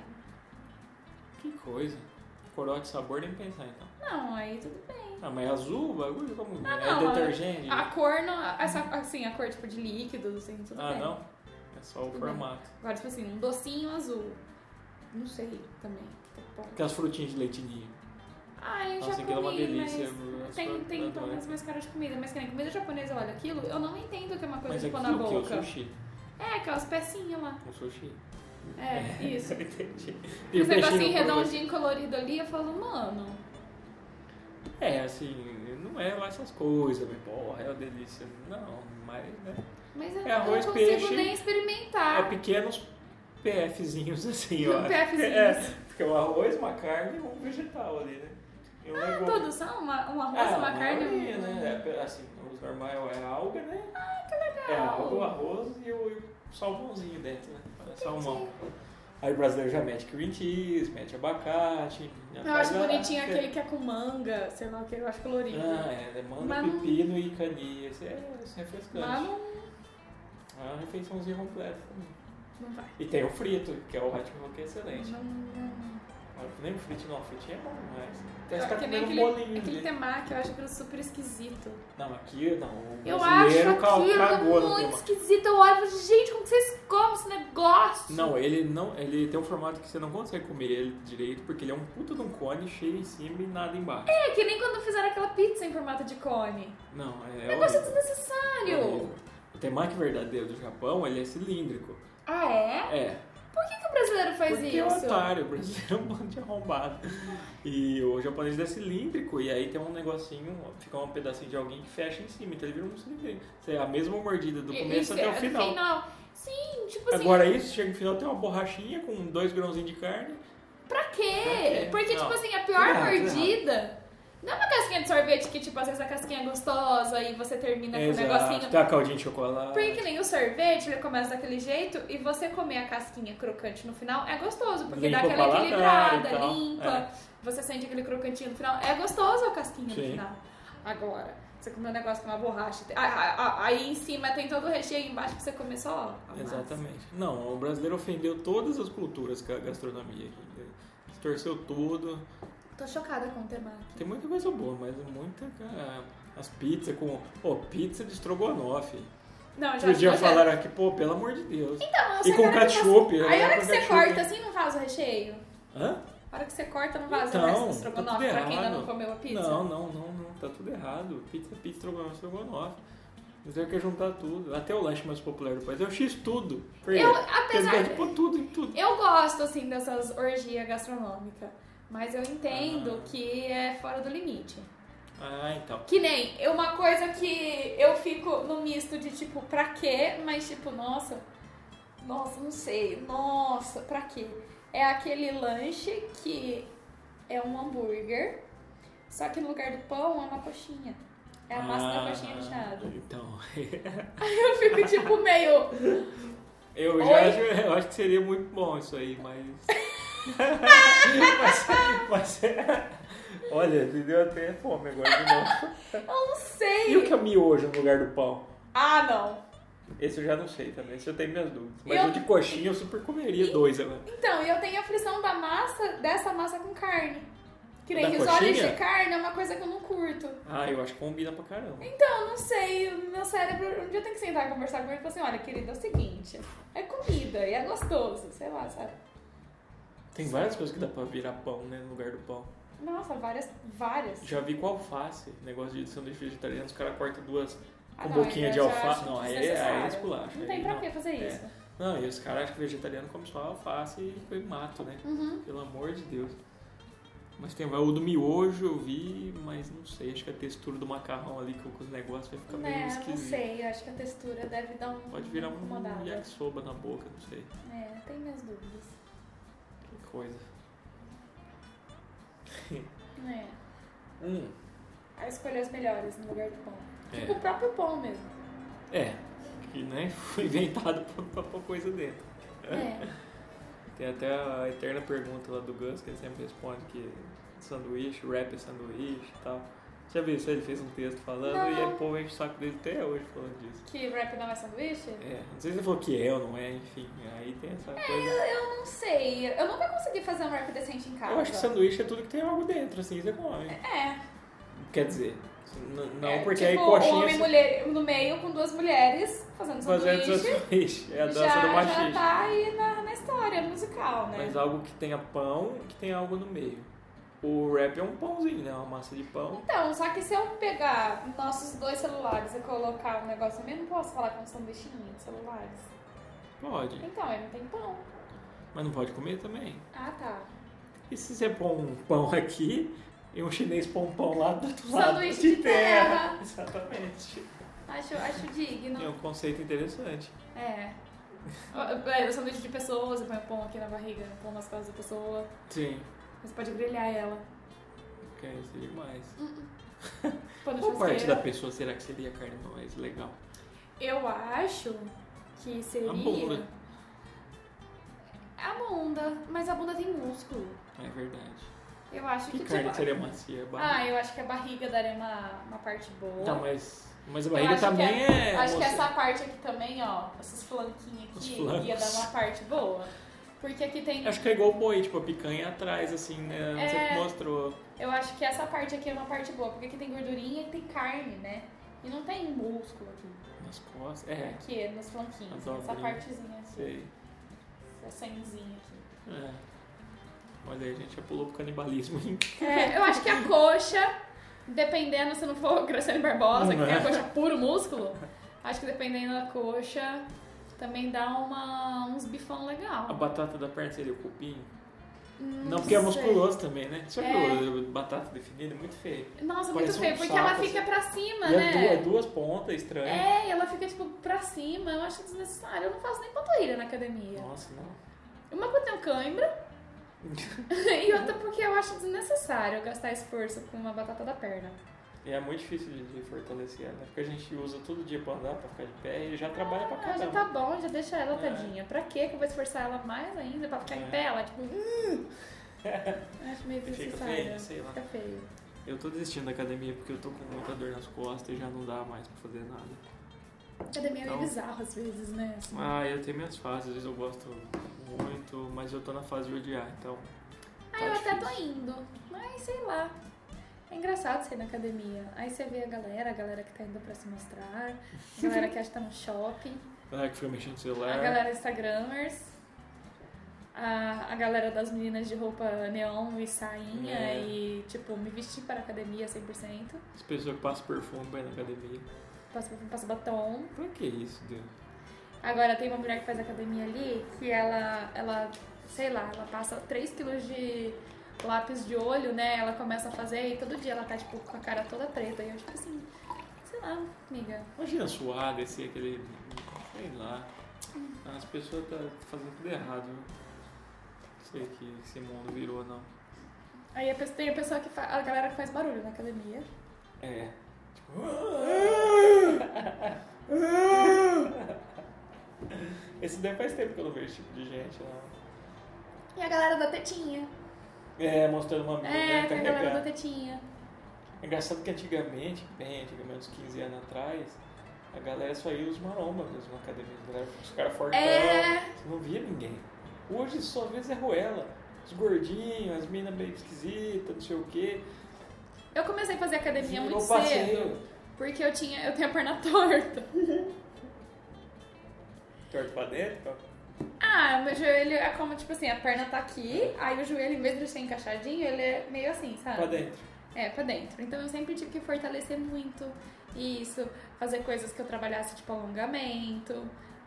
[SPEAKER 2] que coisa. Corote de sabor, nem pensar, então.
[SPEAKER 1] Não, aí tudo bem.
[SPEAKER 2] Ah, mas é azul o bagulho? Como?
[SPEAKER 1] Ah,
[SPEAKER 2] é
[SPEAKER 1] não,
[SPEAKER 2] detergente?
[SPEAKER 1] A cor não. Essa, assim, a cor tipo de líquido, assim, tudo
[SPEAKER 2] ah,
[SPEAKER 1] bem.
[SPEAKER 2] não? É só o
[SPEAKER 1] Tudo
[SPEAKER 2] formato.
[SPEAKER 1] Agora, tipo assim, um docinho azul. Não sei também. que que pode.
[SPEAKER 2] Aquelas frutinhas de leite ninho.
[SPEAKER 1] Ah, eu
[SPEAKER 2] Nossa,
[SPEAKER 1] já
[SPEAKER 2] aquilo é
[SPEAKER 1] comi,
[SPEAKER 2] uma delícia.
[SPEAKER 1] mas.
[SPEAKER 2] As
[SPEAKER 1] Tem,
[SPEAKER 2] pessoas
[SPEAKER 1] tem
[SPEAKER 2] adoram.
[SPEAKER 1] problemas mais caras de comida, mas que nem comida japonesa, olha aquilo, eu não entendo que é uma coisa
[SPEAKER 2] Mas
[SPEAKER 1] de
[SPEAKER 2] aquilo
[SPEAKER 1] pôr na
[SPEAKER 2] que é o
[SPEAKER 1] boca.
[SPEAKER 2] sushi.
[SPEAKER 1] É, aquelas pecinhas lá.
[SPEAKER 2] O sushi.
[SPEAKER 1] É, isso.
[SPEAKER 2] Entendi. E o
[SPEAKER 1] Os negocinho
[SPEAKER 2] peixinho por-
[SPEAKER 1] redondinho, colorido ali, eu falo, mano.
[SPEAKER 2] É, assim, não é lá essas coisas, mas porra, é uma delícia. Não, mas né,
[SPEAKER 1] Mas eu,
[SPEAKER 2] É arroz,
[SPEAKER 1] eu não consigo
[SPEAKER 2] peixe.
[SPEAKER 1] nem
[SPEAKER 2] é
[SPEAKER 1] experimentar. Um
[SPEAKER 2] pequenos PFzinhos assim, ó.
[SPEAKER 1] PFzinhos.
[SPEAKER 2] É, porque um arroz, uma carne e um vegetal ali, né? E um
[SPEAKER 1] Ah,
[SPEAKER 2] legume.
[SPEAKER 1] todos são? Uma, um arroz,
[SPEAKER 2] Ah,
[SPEAKER 1] uma
[SPEAKER 2] a
[SPEAKER 1] carne?
[SPEAKER 2] maioria,
[SPEAKER 1] um...
[SPEAKER 2] né? É, assim, os normal é alga, né?
[SPEAKER 1] Ah, que legal.
[SPEAKER 2] É alga, o arroz e o, e o salmãozinho dentro, né? É Salmão. Aí o brasileiro já mete cream cheese, mete abacate. né?
[SPEAKER 1] Eu acho bonitinho aquele que é com manga, sei lá o que, eu acho colorido.
[SPEAKER 2] Ah, é, manda
[SPEAKER 1] Mas não-
[SPEAKER 2] pepino e cani. Esse é, esse é refrescante.
[SPEAKER 1] Mas não,
[SPEAKER 2] É uma refeiçãozinha completa também.
[SPEAKER 1] não vai.
[SPEAKER 2] E tem o frito, que é o hot roll que é excelente.
[SPEAKER 1] Não, não.
[SPEAKER 2] Nem o frito não, o fritinho é bom, mas.
[SPEAKER 1] Eu
[SPEAKER 2] Parece que tá
[SPEAKER 1] acho que nem
[SPEAKER 2] comendo um
[SPEAKER 1] aquele,
[SPEAKER 2] bolinho.
[SPEAKER 1] aquele
[SPEAKER 2] né?
[SPEAKER 1] temaki, eu acho aquilo super esquisito.
[SPEAKER 2] Não, aqui não. O
[SPEAKER 1] Eu
[SPEAKER 2] brasileiro
[SPEAKER 1] acho
[SPEAKER 2] ca-
[SPEAKER 1] aquilo
[SPEAKER 2] cagou no
[SPEAKER 1] muito
[SPEAKER 2] temaki.
[SPEAKER 1] esquisito. Eu olho e falo, gente, como que vocês comem esse negócio?
[SPEAKER 2] Não, ele não. Ele tem um formato que você não consegue comer ele direito, porque ele é um puta de um cone cheio em cima e nada embaixo.
[SPEAKER 1] É que nem quando fizeram aquela pizza em formato de cone.
[SPEAKER 2] Não, é.
[SPEAKER 1] Negócio
[SPEAKER 2] horrível, é
[SPEAKER 1] desnecessário.
[SPEAKER 2] horrível. O temaki verdadeiro do Japão, ele é cilíndrico.
[SPEAKER 1] Ah, é?
[SPEAKER 2] É.
[SPEAKER 1] Por Por que, que o brasileiro faz
[SPEAKER 2] Porque é um
[SPEAKER 1] isso?
[SPEAKER 2] otário, o brasileiro é um bando de arrombado. E o japonês é cilíndrico, e aí tem um negocinho, fica um pedacinho de alguém que fecha em cima, então ele vira um cilindrinho. Isso é a mesma mordida do
[SPEAKER 1] E-
[SPEAKER 2] começo
[SPEAKER 1] isso,
[SPEAKER 2] até
[SPEAKER 1] é,
[SPEAKER 2] o
[SPEAKER 1] do
[SPEAKER 2] final.
[SPEAKER 1] Sim, tipo assim,
[SPEAKER 2] Agora isso, chega no final, tem uma borrachinha com dois grãozinhos de carne.
[SPEAKER 1] pra quê?
[SPEAKER 2] quê?
[SPEAKER 1] Porque,
[SPEAKER 2] Não.
[SPEAKER 1] tipo assim, a
[SPEAKER 2] Tudo
[SPEAKER 1] pior
[SPEAKER 2] errado, tudo
[SPEAKER 1] mordida. Não é uma casquinha de sorvete que, tipo, às vezes a casquinha é gostosa e você termina com um negocinho.
[SPEAKER 2] Exato, é, tem a caldinha de chocolate.
[SPEAKER 1] Porque que nem o sorvete, ele começa daquele jeito e você comer a casquinha crocante no final é gostoso, porque
[SPEAKER 2] Limpa
[SPEAKER 1] dá
[SPEAKER 2] o
[SPEAKER 1] aquela
[SPEAKER 2] paladar
[SPEAKER 1] equilibrada,
[SPEAKER 2] e tal, é.
[SPEAKER 1] limpa, você sente aquele crocantinho no final. É gostoso a casquinha no
[SPEAKER 2] Sim.
[SPEAKER 1] final. Agora, você comer um negócio com uma borracha, tem- ah, ah, ah, aí em cima tem todo o recheio e embaixo pra você comer só a massa.
[SPEAKER 2] Exatamente. Não, o brasileiro ofendeu todas as culturas com a gastronomia. aqui. Distorceu tudo.
[SPEAKER 1] Tô chocada com o tema aqui.
[SPEAKER 2] Tem muita coisa boa, mas muita. cara, As pizzas com. Pô, pizza de estrogonofe.
[SPEAKER 1] Não, já
[SPEAKER 2] Outro dia
[SPEAKER 1] já-
[SPEAKER 2] falaram aqui, pô, pelo amor de Deus.
[SPEAKER 1] Então, eu
[SPEAKER 2] E
[SPEAKER 1] sei
[SPEAKER 2] com
[SPEAKER 1] que a hora que
[SPEAKER 2] ketchup,
[SPEAKER 1] você-
[SPEAKER 2] né?
[SPEAKER 1] Aí a hora
[SPEAKER 2] Com
[SPEAKER 1] que você
[SPEAKER 2] ketchup.
[SPEAKER 1] corta assim não faz o recheio?
[SPEAKER 2] Hã?
[SPEAKER 1] A hora que você corta não faz
[SPEAKER 2] Então,
[SPEAKER 1] o resto do
[SPEAKER 2] tá tudo
[SPEAKER 1] estrogonofe pra quem ainda não
[SPEAKER 2] errado.
[SPEAKER 1] comeu a pizza?
[SPEAKER 2] Não, não, não, não. Tá tudo errado. Pizza, pizza, estrogonofe, estrogonofe. Mas eu quero juntar tudo. Até o lanche mais popular do país. É o X tudo. Por quê?
[SPEAKER 1] Eu,
[SPEAKER 2] Porque eles
[SPEAKER 1] apesar
[SPEAKER 2] gostam de pôr tudo em tudo.
[SPEAKER 1] Eu gosto, assim, dessas orgias gastronômicas. Mas eu entendo
[SPEAKER 2] Ah.
[SPEAKER 1] que é fora do limite.
[SPEAKER 2] Ah, então.
[SPEAKER 1] Que nem é uma coisa que eu fico no misto de tipo, pra quê? Mas tipo, nossa, nossa, não sei, nossa, pra quê? É aquele lanche que é um hambúrguer, só que no lugar do pão é uma coxinha. É a massa da
[SPEAKER 2] Ah,
[SPEAKER 1] coxinha recheada.
[SPEAKER 2] Então.
[SPEAKER 1] Eu fico tipo meio.
[SPEAKER 2] Eu
[SPEAKER 1] Oi?
[SPEAKER 2] já acho, eu acho que seria muito bom isso aí, mas. mas, mas- Olha, me deu até fome agora de novo.
[SPEAKER 1] Eu não
[SPEAKER 2] E o
[SPEAKER 1] sei.
[SPEAKER 2] que é o miojo no lugar do pão?
[SPEAKER 1] Ah, não.
[SPEAKER 2] Esse eu já não sei também, esse eu tenho minhas dúvidas. Mas
[SPEAKER 1] Eu-
[SPEAKER 2] o de coxinha eu super comeria dois né? agora.
[SPEAKER 1] Então, e eu tenho a aflição da massa, dessa massa com carne. Que
[SPEAKER 2] Da
[SPEAKER 1] nem risoles
[SPEAKER 2] coxinha?
[SPEAKER 1] de carne é uma coisa que eu não curto.
[SPEAKER 2] Ah, eu acho que combina pra caramba.
[SPEAKER 1] Então, eu não sei, o meu cérebro, um dia eu tenho que sentar e conversar com ele e falar assim, olha, querida, é o seguinte, é comida e é gostoso, sei lá, sabe?
[SPEAKER 2] Tem várias coisas que dá pra virar pão, né, no lugar do pão.
[SPEAKER 1] Nossa, várias, várias.
[SPEAKER 2] Já vi com alface, negócio de sanduíche vegetariano, os caras cortam duas
[SPEAKER 1] Ah,
[SPEAKER 2] com um
[SPEAKER 1] não,
[SPEAKER 2] pouquinho
[SPEAKER 1] eu
[SPEAKER 2] de
[SPEAKER 1] já
[SPEAKER 2] alface.
[SPEAKER 1] acho
[SPEAKER 2] Não, aí, é- aí é
[SPEAKER 1] desnecessário.
[SPEAKER 2] esculacho.
[SPEAKER 1] Não
[SPEAKER 2] aí é.
[SPEAKER 1] tem pra que fazer isso.
[SPEAKER 2] Não, e os caras acham que vegetariano come só alface e come mato, né?
[SPEAKER 1] Uhum.
[SPEAKER 2] Pelo amor de Deus. Mas tem o do miojo, eu vi, mas não sei. Acho que a textura do macarrão ali com com os negócios vai ficar meio
[SPEAKER 1] Né, não
[SPEAKER 2] esquisito.
[SPEAKER 1] sei, eu acho que a textura deve dar um
[SPEAKER 2] Pode virar um
[SPEAKER 1] incomodada.
[SPEAKER 2] yakisoba na boca, não sei.
[SPEAKER 1] É, tem minhas dúvidas.
[SPEAKER 2] Que coisa.
[SPEAKER 1] É,
[SPEAKER 2] Hum,
[SPEAKER 1] a escolher as melhores no lugar do pão. Tipo, o
[SPEAKER 2] é.
[SPEAKER 1] próprio pão mesmo.
[SPEAKER 2] É. Que né, foi inventado pra, pra pôr coisa dentro.
[SPEAKER 1] É.
[SPEAKER 2] Tem até a eterna pergunta lá do Gus, que ele sempre responde que sanduíche, rap é sanduíche e tal. Já viu isso? Ele fez um texto falando e
[SPEAKER 1] Não.
[SPEAKER 2] aí, pô, enche o saco dele até hoje falando disso.
[SPEAKER 1] Que rap não é sanduíche?
[SPEAKER 2] É, não sei se ele falou que é ou não é, enfim, aí tem essa
[SPEAKER 1] É,
[SPEAKER 2] coisa.
[SPEAKER 1] eu, eu não sei. Eu nunca consegui fazer um rap decente em casa.
[SPEAKER 2] Eu acho que sanduíche é tudo que tem algo dentro, assim, você come.
[SPEAKER 1] É.
[SPEAKER 2] Quer dizer, n- não
[SPEAKER 1] é,
[SPEAKER 2] porque
[SPEAKER 1] tipo,
[SPEAKER 2] aí
[SPEAKER 1] Um
[SPEAKER 2] coxinha
[SPEAKER 1] homem e
[SPEAKER 2] você
[SPEAKER 1] mulher no meio com duas mulheres fazendo
[SPEAKER 2] fazendo
[SPEAKER 1] sanduíche.
[SPEAKER 2] sanduíche. É a dança
[SPEAKER 1] já,
[SPEAKER 2] do machismo.
[SPEAKER 1] já tá aí na, na história musical, né?
[SPEAKER 2] Mas algo que tenha pão, que tenha algo no meio. O rap é um pãozinho, né? Uma massa de pão.
[SPEAKER 1] Então, só que se eu pegar nossos dois celulares e colocar um negócio, eu não posso falar com um sanduichinho de celulares.
[SPEAKER 2] Pode.
[SPEAKER 1] Então, aí não tem pão.
[SPEAKER 2] Mas não pode comer também.
[SPEAKER 1] Ah, tá.
[SPEAKER 2] E se você põe um pão aqui e um chinês põe um pão lá do outro lado?
[SPEAKER 1] Sanduíche de terra.
[SPEAKER 2] Exatamente.
[SPEAKER 1] Acho, acho digno.
[SPEAKER 2] É um conceito interessante.
[SPEAKER 1] É. É, o sanduíche de pessoa, você põe o pão aqui na barriga, o pão nas costas da pessoa.
[SPEAKER 2] Sim.
[SPEAKER 1] Você pode grelhar ela.
[SPEAKER 2] Que é isso demais.
[SPEAKER 1] Põe no
[SPEAKER 2] Qual parte
[SPEAKER 1] churrasqueiro.
[SPEAKER 2] da pessoa será que seria a carne mais legal?
[SPEAKER 1] Eu acho que seria.
[SPEAKER 2] A bunda.
[SPEAKER 1] A bunda, mas a bunda tem músculo.
[SPEAKER 2] É verdade.
[SPEAKER 1] Eu acho que,
[SPEAKER 2] Que, carne
[SPEAKER 1] tipo.
[SPEAKER 2] seria macia? Barriga.
[SPEAKER 1] Ah, eu acho que a barriga daria uma, uma parte boa.
[SPEAKER 2] é Tá, mas, mas a
[SPEAKER 1] Eu
[SPEAKER 2] barriga
[SPEAKER 1] acho que
[SPEAKER 2] também é.
[SPEAKER 1] Acho que
[SPEAKER 2] moça.
[SPEAKER 1] essa parte aqui também, ó, essas flanquinhas
[SPEAKER 2] Os
[SPEAKER 1] aqui,
[SPEAKER 2] flancos.
[SPEAKER 1] ia dar uma parte boa. Porque aqui tem.
[SPEAKER 2] Acho que é igual o boi, tipo, a picanha atrás, assim, né? Não sei
[SPEAKER 1] É.
[SPEAKER 2] que mostrou.
[SPEAKER 1] Eu acho que essa parte aqui é uma parte boa, porque aqui tem gordurinha e tem carne, né? E não tem músculo aqui.
[SPEAKER 2] Nas costas. É,
[SPEAKER 1] Aqui, nos flanquinhos.
[SPEAKER 2] Adoro,
[SPEAKER 1] essa
[SPEAKER 2] né?
[SPEAKER 1] partezinha aqui.
[SPEAKER 2] sei.
[SPEAKER 1] Essa senzinha aqui.
[SPEAKER 2] É. Olha aí, a gente já pulou pro canibalismo, hein?
[SPEAKER 1] É, eu acho que a coxa, dependendo se não
[SPEAKER 2] Uhum.
[SPEAKER 1] for Graciane Barbosa, que tem a coxa puro músculo, acho que dependendo da coxa, também dá uma, uns bifão legal.
[SPEAKER 2] A batata da perna seria o cupim?
[SPEAKER 1] Não,
[SPEAKER 2] Não, porque é
[SPEAKER 1] sei.
[SPEAKER 2] musculoso também, né? Só que
[SPEAKER 1] É.
[SPEAKER 2] o- batata definida é muito feio.
[SPEAKER 1] Nossa, muito
[SPEAKER 2] Parece um
[SPEAKER 1] feio, porque
[SPEAKER 2] saco,
[SPEAKER 1] ela
[SPEAKER 2] assim.
[SPEAKER 1] fica pra cima,
[SPEAKER 2] e
[SPEAKER 1] né?
[SPEAKER 2] é duas, duas pontas, estranho.
[SPEAKER 1] É, e ela fica, tipo, pra cima. Eu acho desnecessário. Eu não faço nem panturrilha na academia.
[SPEAKER 2] Nossa, não.
[SPEAKER 1] Uma porque eu tenho cãibra. e outra porque eu acho desnecessário eu gastar esforço com uma batata da perna.
[SPEAKER 2] E é muito difícil de, de fortalecer ela, né? Porque a gente usa todo dia pra andar, pra ficar de pé e já trabalha pra
[SPEAKER 1] Ah, já
[SPEAKER 2] caramba.
[SPEAKER 1] tá bom, já deixa ela,
[SPEAKER 2] É.
[SPEAKER 1] tadinha. Pra quê que eu vou esforçar ela mais ainda pra ficar
[SPEAKER 2] É.
[SPEAKER 1] em pé? Ela, tipo, hum. Acho meio
[SPEAKER 2] Fica
[SPEAKER 1] desnecessário.
[SPEAKER 2] feio, assim. sei lá.
[SPEAKER 1] Fica feio.
[SPEAKER 2] Eu tô desistindo da academia porque eu tô com muita dor nas costas e já não dá mais pra fazer nada.
[SPEAKER 1] Academia é meio
[SPEAKER 2] Então-
[SPEAKER 1] bizarro às vezes, né? Assim.
[SPEAKER 2] Ah, eu tenho minhas fases, às vezes eu gosto muito, mas eu tô na fase de odiar, então.
[SPEAKER 1] Ah, eu até tô indo, mas sei lá. É engraçado você ir na academia. Aí você vê a galera, a galera que tá indo pra se mostrar, a galera que acha que tá no shopping,
[SPEAKER 2] A galera que fica mexendo no
[SPEAKER 1] a
[SPEAKER 2] celular.
[SPEAKER 1] galera Instagramers, a, a galera das meninas de roupa neon e sainha
[SPEAKER 2] É.
[SPEAKER 1] e, tipo, me vestir para a academia 100%.
[SPEAKER 2] As pessoas que passam perfume pra ir na academia.
[SPEAKER 1] Passo, passo batom.
[SPEAKER 2] Pra que isso, Deus?
[SPEAKER 1] Agora tem uma mulher que faz academia ali que ela, ela sei lá, ela passa 3 quilos de lápis de olho, né? Ela começa a fazer e todo dia ela tá, tipo, com a cara toda preta. E eu, tipo assim, sei lá, amiga.
[SPEAKER 2] Imagina suar, descer aquele. Sei lá. As pessoas tá fazendo tudo errado. viu? Não sei o que esse mundo virou, não.
[SPEAKER 1] Aí a pessoa- tem a pessoa que fa- a galera que faz barulho na academia.
[SPEAKER 2] É. Tipo. Esse daí faz tempo que eu não vejo esse tipo de gente, não.
[SPEAKER 1] E a galera da tetinha.
[SPEAKER 2] É, mostrando uma mina
[SPEAKER 1] É,
[SPEAKER 2] né,
[SPEAKER 1] tem a galera da
[SPEAKER 2] carregando.
[SPEAKER 1] tetinha.
[SPEAKER 2] É engraçado que antigamente, bem, antigamente, uns 15 anos atrás, a galera só ia os marombas mesmo na academia. a galera- Os caras fortão.
[SPEAKER 1] É,
[SPEAKER 2] Você não via ninguém. Hoje só vê Zé Ruela. Os gordinhos, as minas meio esquisitas, não sei o quê.
[SPEAKER 1] eu comecei a fazer academia é
[SPEAKER 2] Virou
[SPEAKER 1] muito
[SPEAKER 2] passeio.
[SPEAKER 1] cedo. Porque eu tinha, eu tenho a perna torta.
[SPEAKER 2] Torto pra dentro, ó.
[SPEAKER 1] Ah, meu joelho é como, tipo assim, a perna tá aqui, aí o joelho, em vez de ser encaixadinho, ele é meio assim, sabe?
[SPEAKER 2] pra dentro.
[SPEAKER 1] É, pra dentro. Então eu sempre tive que fortalecer muito isso, fazer coisas que eu trabalhasse, tipo alongamento,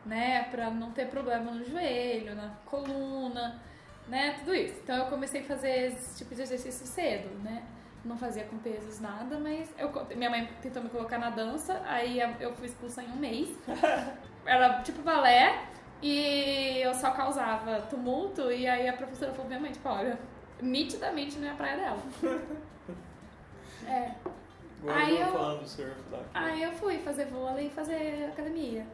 [SPEAKER 1] né? Pra não ter problema no joelho, na coluna, né? Tudo isso. Então eu comecei a fazer esse tipo de exercício cedo, né? Não fazia com pesos nada, mas eu, co- minha mãe tentou me colocar na dança, aí a- eu fui expulsa em um mês. Era tipo balé e eu só causava tumulto, e aí a professora falou pra minha mãe, tipo, olha, nitidamente não é a praia dela. É.
[SPEAKER 2] Agora
[SPEAKER 1] Aí
[SPEAKER 2] eu
[SPEAKER 1] eu-
[SPEAKER 2] tô falando do surf lá.
[SPEAKER 1] Aí eu fui fazer vôlei e fazer academia.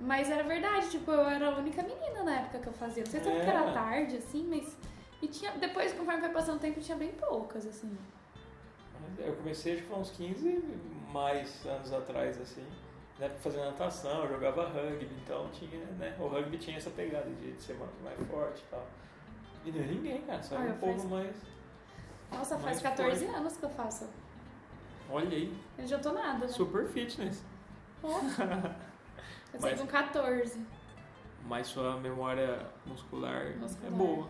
[SPEAKER 1] Mas era verdade, tipo, eu era a única menina na época que eu fazia. Não sei se é porque
[SPEAKER 2] É.
[SPEAKER 1] era tarde, assim, mas. E tinha. Depois, conforme foi passando o tempo, tinha bem poucas, assim.
[SPEAKER 2] Eu comecei acho que foi uns 15 mais anos atrás, assim. Na época fazia natação, eu jogava rugby, então tinha, né? O rugby tinha essa pegada de ser mais mais forte e tal. E não é ninguém, cara, só
[SPEAKER 1] Ah,
[SPEAKER 2] era
[SPEAKER 1] eu
[SPEAKER 2] um povo
[SPEAKER 1] fiz-
[SPEAKER 2] mais.
[SPEAKER 1] Nossa,
[SPEAKER 2] Mas
[SPEAKER 1] faz
[SPEAKER 2] foi.
[SPEAKER 1] 14 anos que eu faço.
[SPEAKER 2] Olha aí,
[SPEAKER 1] Eu já tô nada, né?
[SPEAKER 2] super fitness.
[SPEAKER 1] Pô. Eu sei
[SPEAKER 2] Mas-
[SPEAKER 1] com 14.
[SPEAKER 2] Mas sua memória muscular, é
[SPEAKER 1] Muscular.
[SPEAKER 2] boa.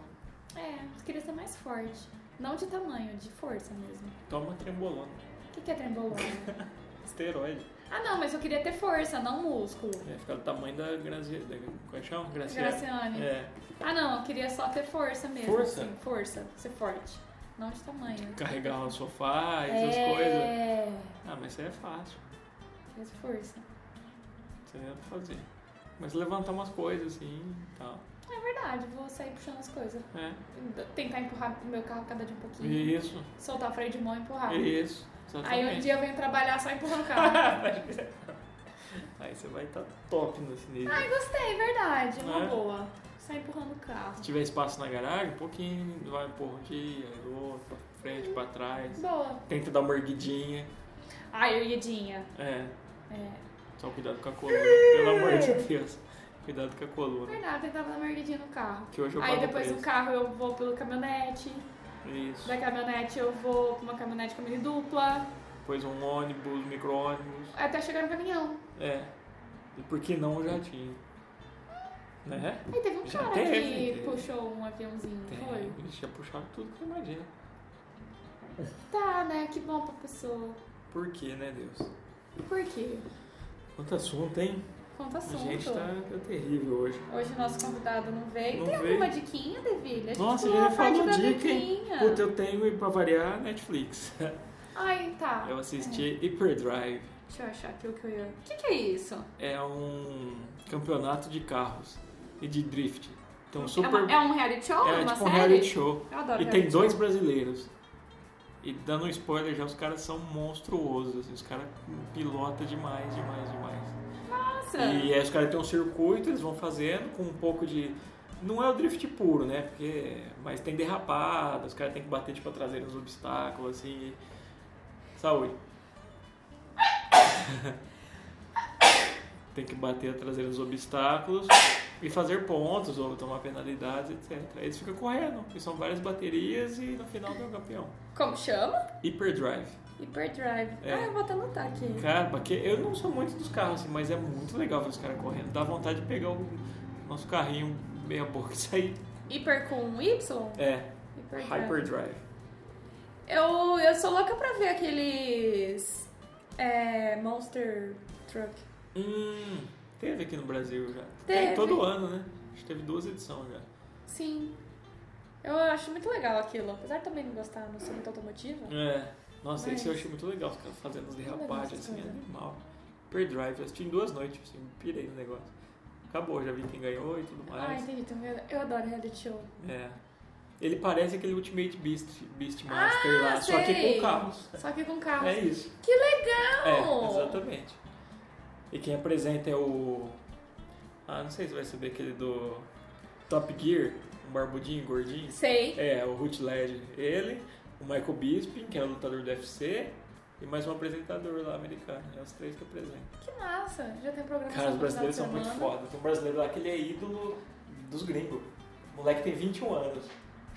[SPEAKER 1] É, eu queria ser mais forte. Não de tamanho, de força mesmo.
[SPEAKER 2] Toma trembolona.
[SPEAKER 1] O que, que é trembolona?
[SPEAKER 2] Esteroide.
[SPEAKER 1] ah, não, mas eu queria ter força, não músculo.
[SPEAKER 2] É, fica do tamanho da Graziela. Da... Como é que chama? Graziela.
[SPEAKER 1] Graciane.
[SPEAKER 2] É,
[SPEAKER 1] Ah, não, eu queria só ter força mesmo.
[SPEAKER 2] Força?
[SPEAKER 1] assim, força, ser forte. Não de tamanho.
[SPEAKER 2] carregar o sofá, essas coisas.
[SPEAKER 1] é,
[SPEAKER 2] Ah, mas isso aí é fácil.
[SPEAKER 1] faz força.
[SPEAKER 2] Isso aí dá pra fazer. Mas levantar umas coisas assim e tal.
[SPEAKER 1] É verdade, vou sair puxando as coisas.
[SPEAKER 2] É.
[SPEAKER 1] Tentar empurrar o meu carro cada dia um pouquinho.
[SPEAKER 2] Isso, é
[SPEAKER 1] Soltar o freio de mão e empurrar.
[SPEAKER 2] isso.
[SPEAKER 1] Ah. Aí um
[SPEAKER 2] Exatamente.
[SPEAKER 1] dia eu venho trabalhar só empurrando o carro.
[SPEAKER 2] Aí você vai estar top nesse nível.
[SPEAKER 1] Ai, gostei, verdade. Uma
[SPEAKER 2] É.
[SPEAKER 1] boa. Só empurrando o
[SPEAKER 2] Se
[SPEAKER 1] carro.
[SPEAKER 2] tiver espaço na garagem, um pouquinho, vai um pouco um dia, outro, pra frente, pra trás.
[SPEAKER 1] Boa.
[SPEAKER 2] Tenta dar uma erguidinha.
[SPEAKER 1] Ai, eu iedinha.
[SPEAKER 2] É,
[SPEAKER 1] É.
[SPEAKER 2] só cuidado com a coluna, pelo amor de Deus. Cuidado com a coluna.
[SPEAKER 1] Verdade, eu tentava dar uma erguidinha no carro.
[SPEAKER 2] Que hoje eu
[SPEAKER 1] Aí
[SPEAKER 2] pago
[SPEAKER 1] depois
[SPEAKER 2] preço.
[SPEAKER 1] do carro eu vou pelo caminhonete.
[SPEAKER 2] Isso.
[SPEAKER 1] Da caminhonete eu vou pra uma caminhonete com mini dupla.
[SPEAKER 2] Depois um ônibus, micro-ônibus.
[SPEAKER 1] Até chegar no caminhão.
[SPEAKER 2] É. E por que não um jatinho? Né?
[SPEAKER 1] Aí teve um
[SPEAKER 2] Já
[SPEAKER 1] cara
[SPEAKER 2] teve,
[SPEAKER 1] que
[SPEAKER 2] teve.
[SPEAKER 1] puxou um aviãozinho,
[SPEAKER 2] Tem.
[SPEAKER 1] foi?
[SPEAKER 2] Eles já puxaram tudo que você imagina.
[SPEAKER 1] Tá, né? Que bom pra pessoa.
[SPEAKER 2] Por que, né, Deus?
[SPEAKER 1] Por quê?
[SPEAKER 2] Quanto assunto, hein?
[SPEAKER 1] quanto
[SPEAKER 2] A
[SPEAKER 1] assunto.
[SPEAKER 2] gente tá, tá terrível hoje.
[SPEAKER 1] Hoje o nosso convidado não veio.
[SPEAKER 2] Não
[SPEAKER 1] Tem
[SPEAKER 2] veio.
[SPEAKER 1] alguma diquinha, Devilha? A gente
[SPEAKER 2] Nossa,
[SPEAKER 1] pulou a
[SPEAKER 2] ele
[SPEAKER 1] parte
[SPEAKER 2] falou
[SPEAKER 1] da
[SPEAKER 2] dica, hein?
[SPEAKER 1] diquinha.
[SPEAKER 2] Puta, eu tenho, e pra variar, Netflix.
[SPEAKER 1] Ai, tá.
[SPEAKER 2] Eu assisti Hyperdrive.
[SPEAKER 1] Deixa eu achar aqui o que eu ia... O que, que é isso?
[SPEAKER 2] É um campeonato de carros e de drift. Então,
[SPEAKER 1] É,
[SPEAKER 2] super...
[SPEAKER 1] uma- é um reality show?
[SPEAKER 2] é
[SPEAKER 1] uma
[SPEAKER 2] tipo um
[SPEAKER 1] série?
[SPEAKER 2] reality show.
[SPEAKER 1] Eu adoro
[SPEAKER 2] E tem
[SPEAKER 1] reality
[SPEAKER 2] dois
[SPEAKER 1] show.
[SPEAKER 2] brasileiros. E dando um spoiler já, os caras são monstruosos. assim, os caras pilotam demais, demais, demais.
[SPEAKER 1] Nossa!
[SPEAKER 2] E aí os caras têm um circuito, eles vão fazendo com um pouco de. Não é o drift puro, né? Porque... Mas tem derrapada, os caras têm que bater tipo, a traseira nos obstáculos, assim. e- Saúde. tem que bater a traseira nos obstáculos e fazer pontos ou tomar penalidades, etc. Aí Eles ficam correndo, e são várias baterias e no final tem o campeão.
[SPEAKER 1] Como chama?
[SPEAKER 2] Hyperdrive.
[SPEAKER 1] Hyperdrive.
[SPEAKER 2] É.
[SPEAKER 1] Ah, eu vou até anotar aqui.
[SPEAKER 2] Cara, porque eu não sou muito dos carros, assim, mas é muito legal ver os caras correndo. Dá vontade de pegar o nosso carrinho meia boca e sair.
[SPEAKER 1] Hiper com um Y?
[SPEAKER 2] É,
[SPEAKER 1] Hyperdrive.
[SPEAKER 2] Hyperdrive.
[SPEAKER 1] Eu, eu sou louca pra ver aqueles. É, Monster Truck.
[SPEAKER 2] Hum, teve aqui no Brasil já.
[SPEAKER 1] Teve.
[SPEAKER 2] todo ano, né? Acho que teve duas edições já.
[SPEAKER 1] Sim. Eu acho muito legal aquilo. Apesar de também não gostar, não ser muito automotiva.
[SPEAKER 2] É. Nossa,
[SPEAKER 1] Mas-
[SPEAKER 2] esse eu achei muito legal, os caras fazendo os derrapagens, assim, é
[SPEAKER 1] legal.
[SPEAKER 2] animal. Hyperdrive, eu assisti em duas noites, assim, pirei no negócio. Acabou, já vi quem ganhou e tudo
[SPEAKER 1] Ah,
[SPEAKER 2] mais.
[SPEAKER 1] entendi. Então, eu, eu adoro reality show.
[SPEAKER 2] é. Ele parece aquele Ultimate Beast, Beastmaster lá, só que
[SPEAKER 1] Ah, sei.
[SPEAKER 2] com carros.
[SPEAKER 1] Só que com carros.
[SPEAKER 2] É isso.
[SPEAKER 1] Que legal!
[SPEAKER 2] É, exatamente. E quem apresenta é o. Ah, não sei se vai saber aquele do Top Gear, um barbudinho, gordinho.
[SPEAKER 1] Sei.
[SPEAKER 2] É, o Ruth Led, ele, o Michael Bisping, que é o lutador do UFC, e mais um apresentador lá americano. É os três que apresentam.
[SPEAKER 1] Que massa. Já tem programação.
[SPEAKER 2] Cara, os
[SPEAKER 1] no
[SPEAKER 2] brasileiros
[SPEAKER 1] final
[SPEAKER 2] são
[SPEAKER 1] de
[SPEAKER 2] muito
[SPEAKER 1] semana.
[SPEAKER 2] foda. Tem um brasileiro lá que ele é ídolo dos gringos. O moleque tem 21 anos.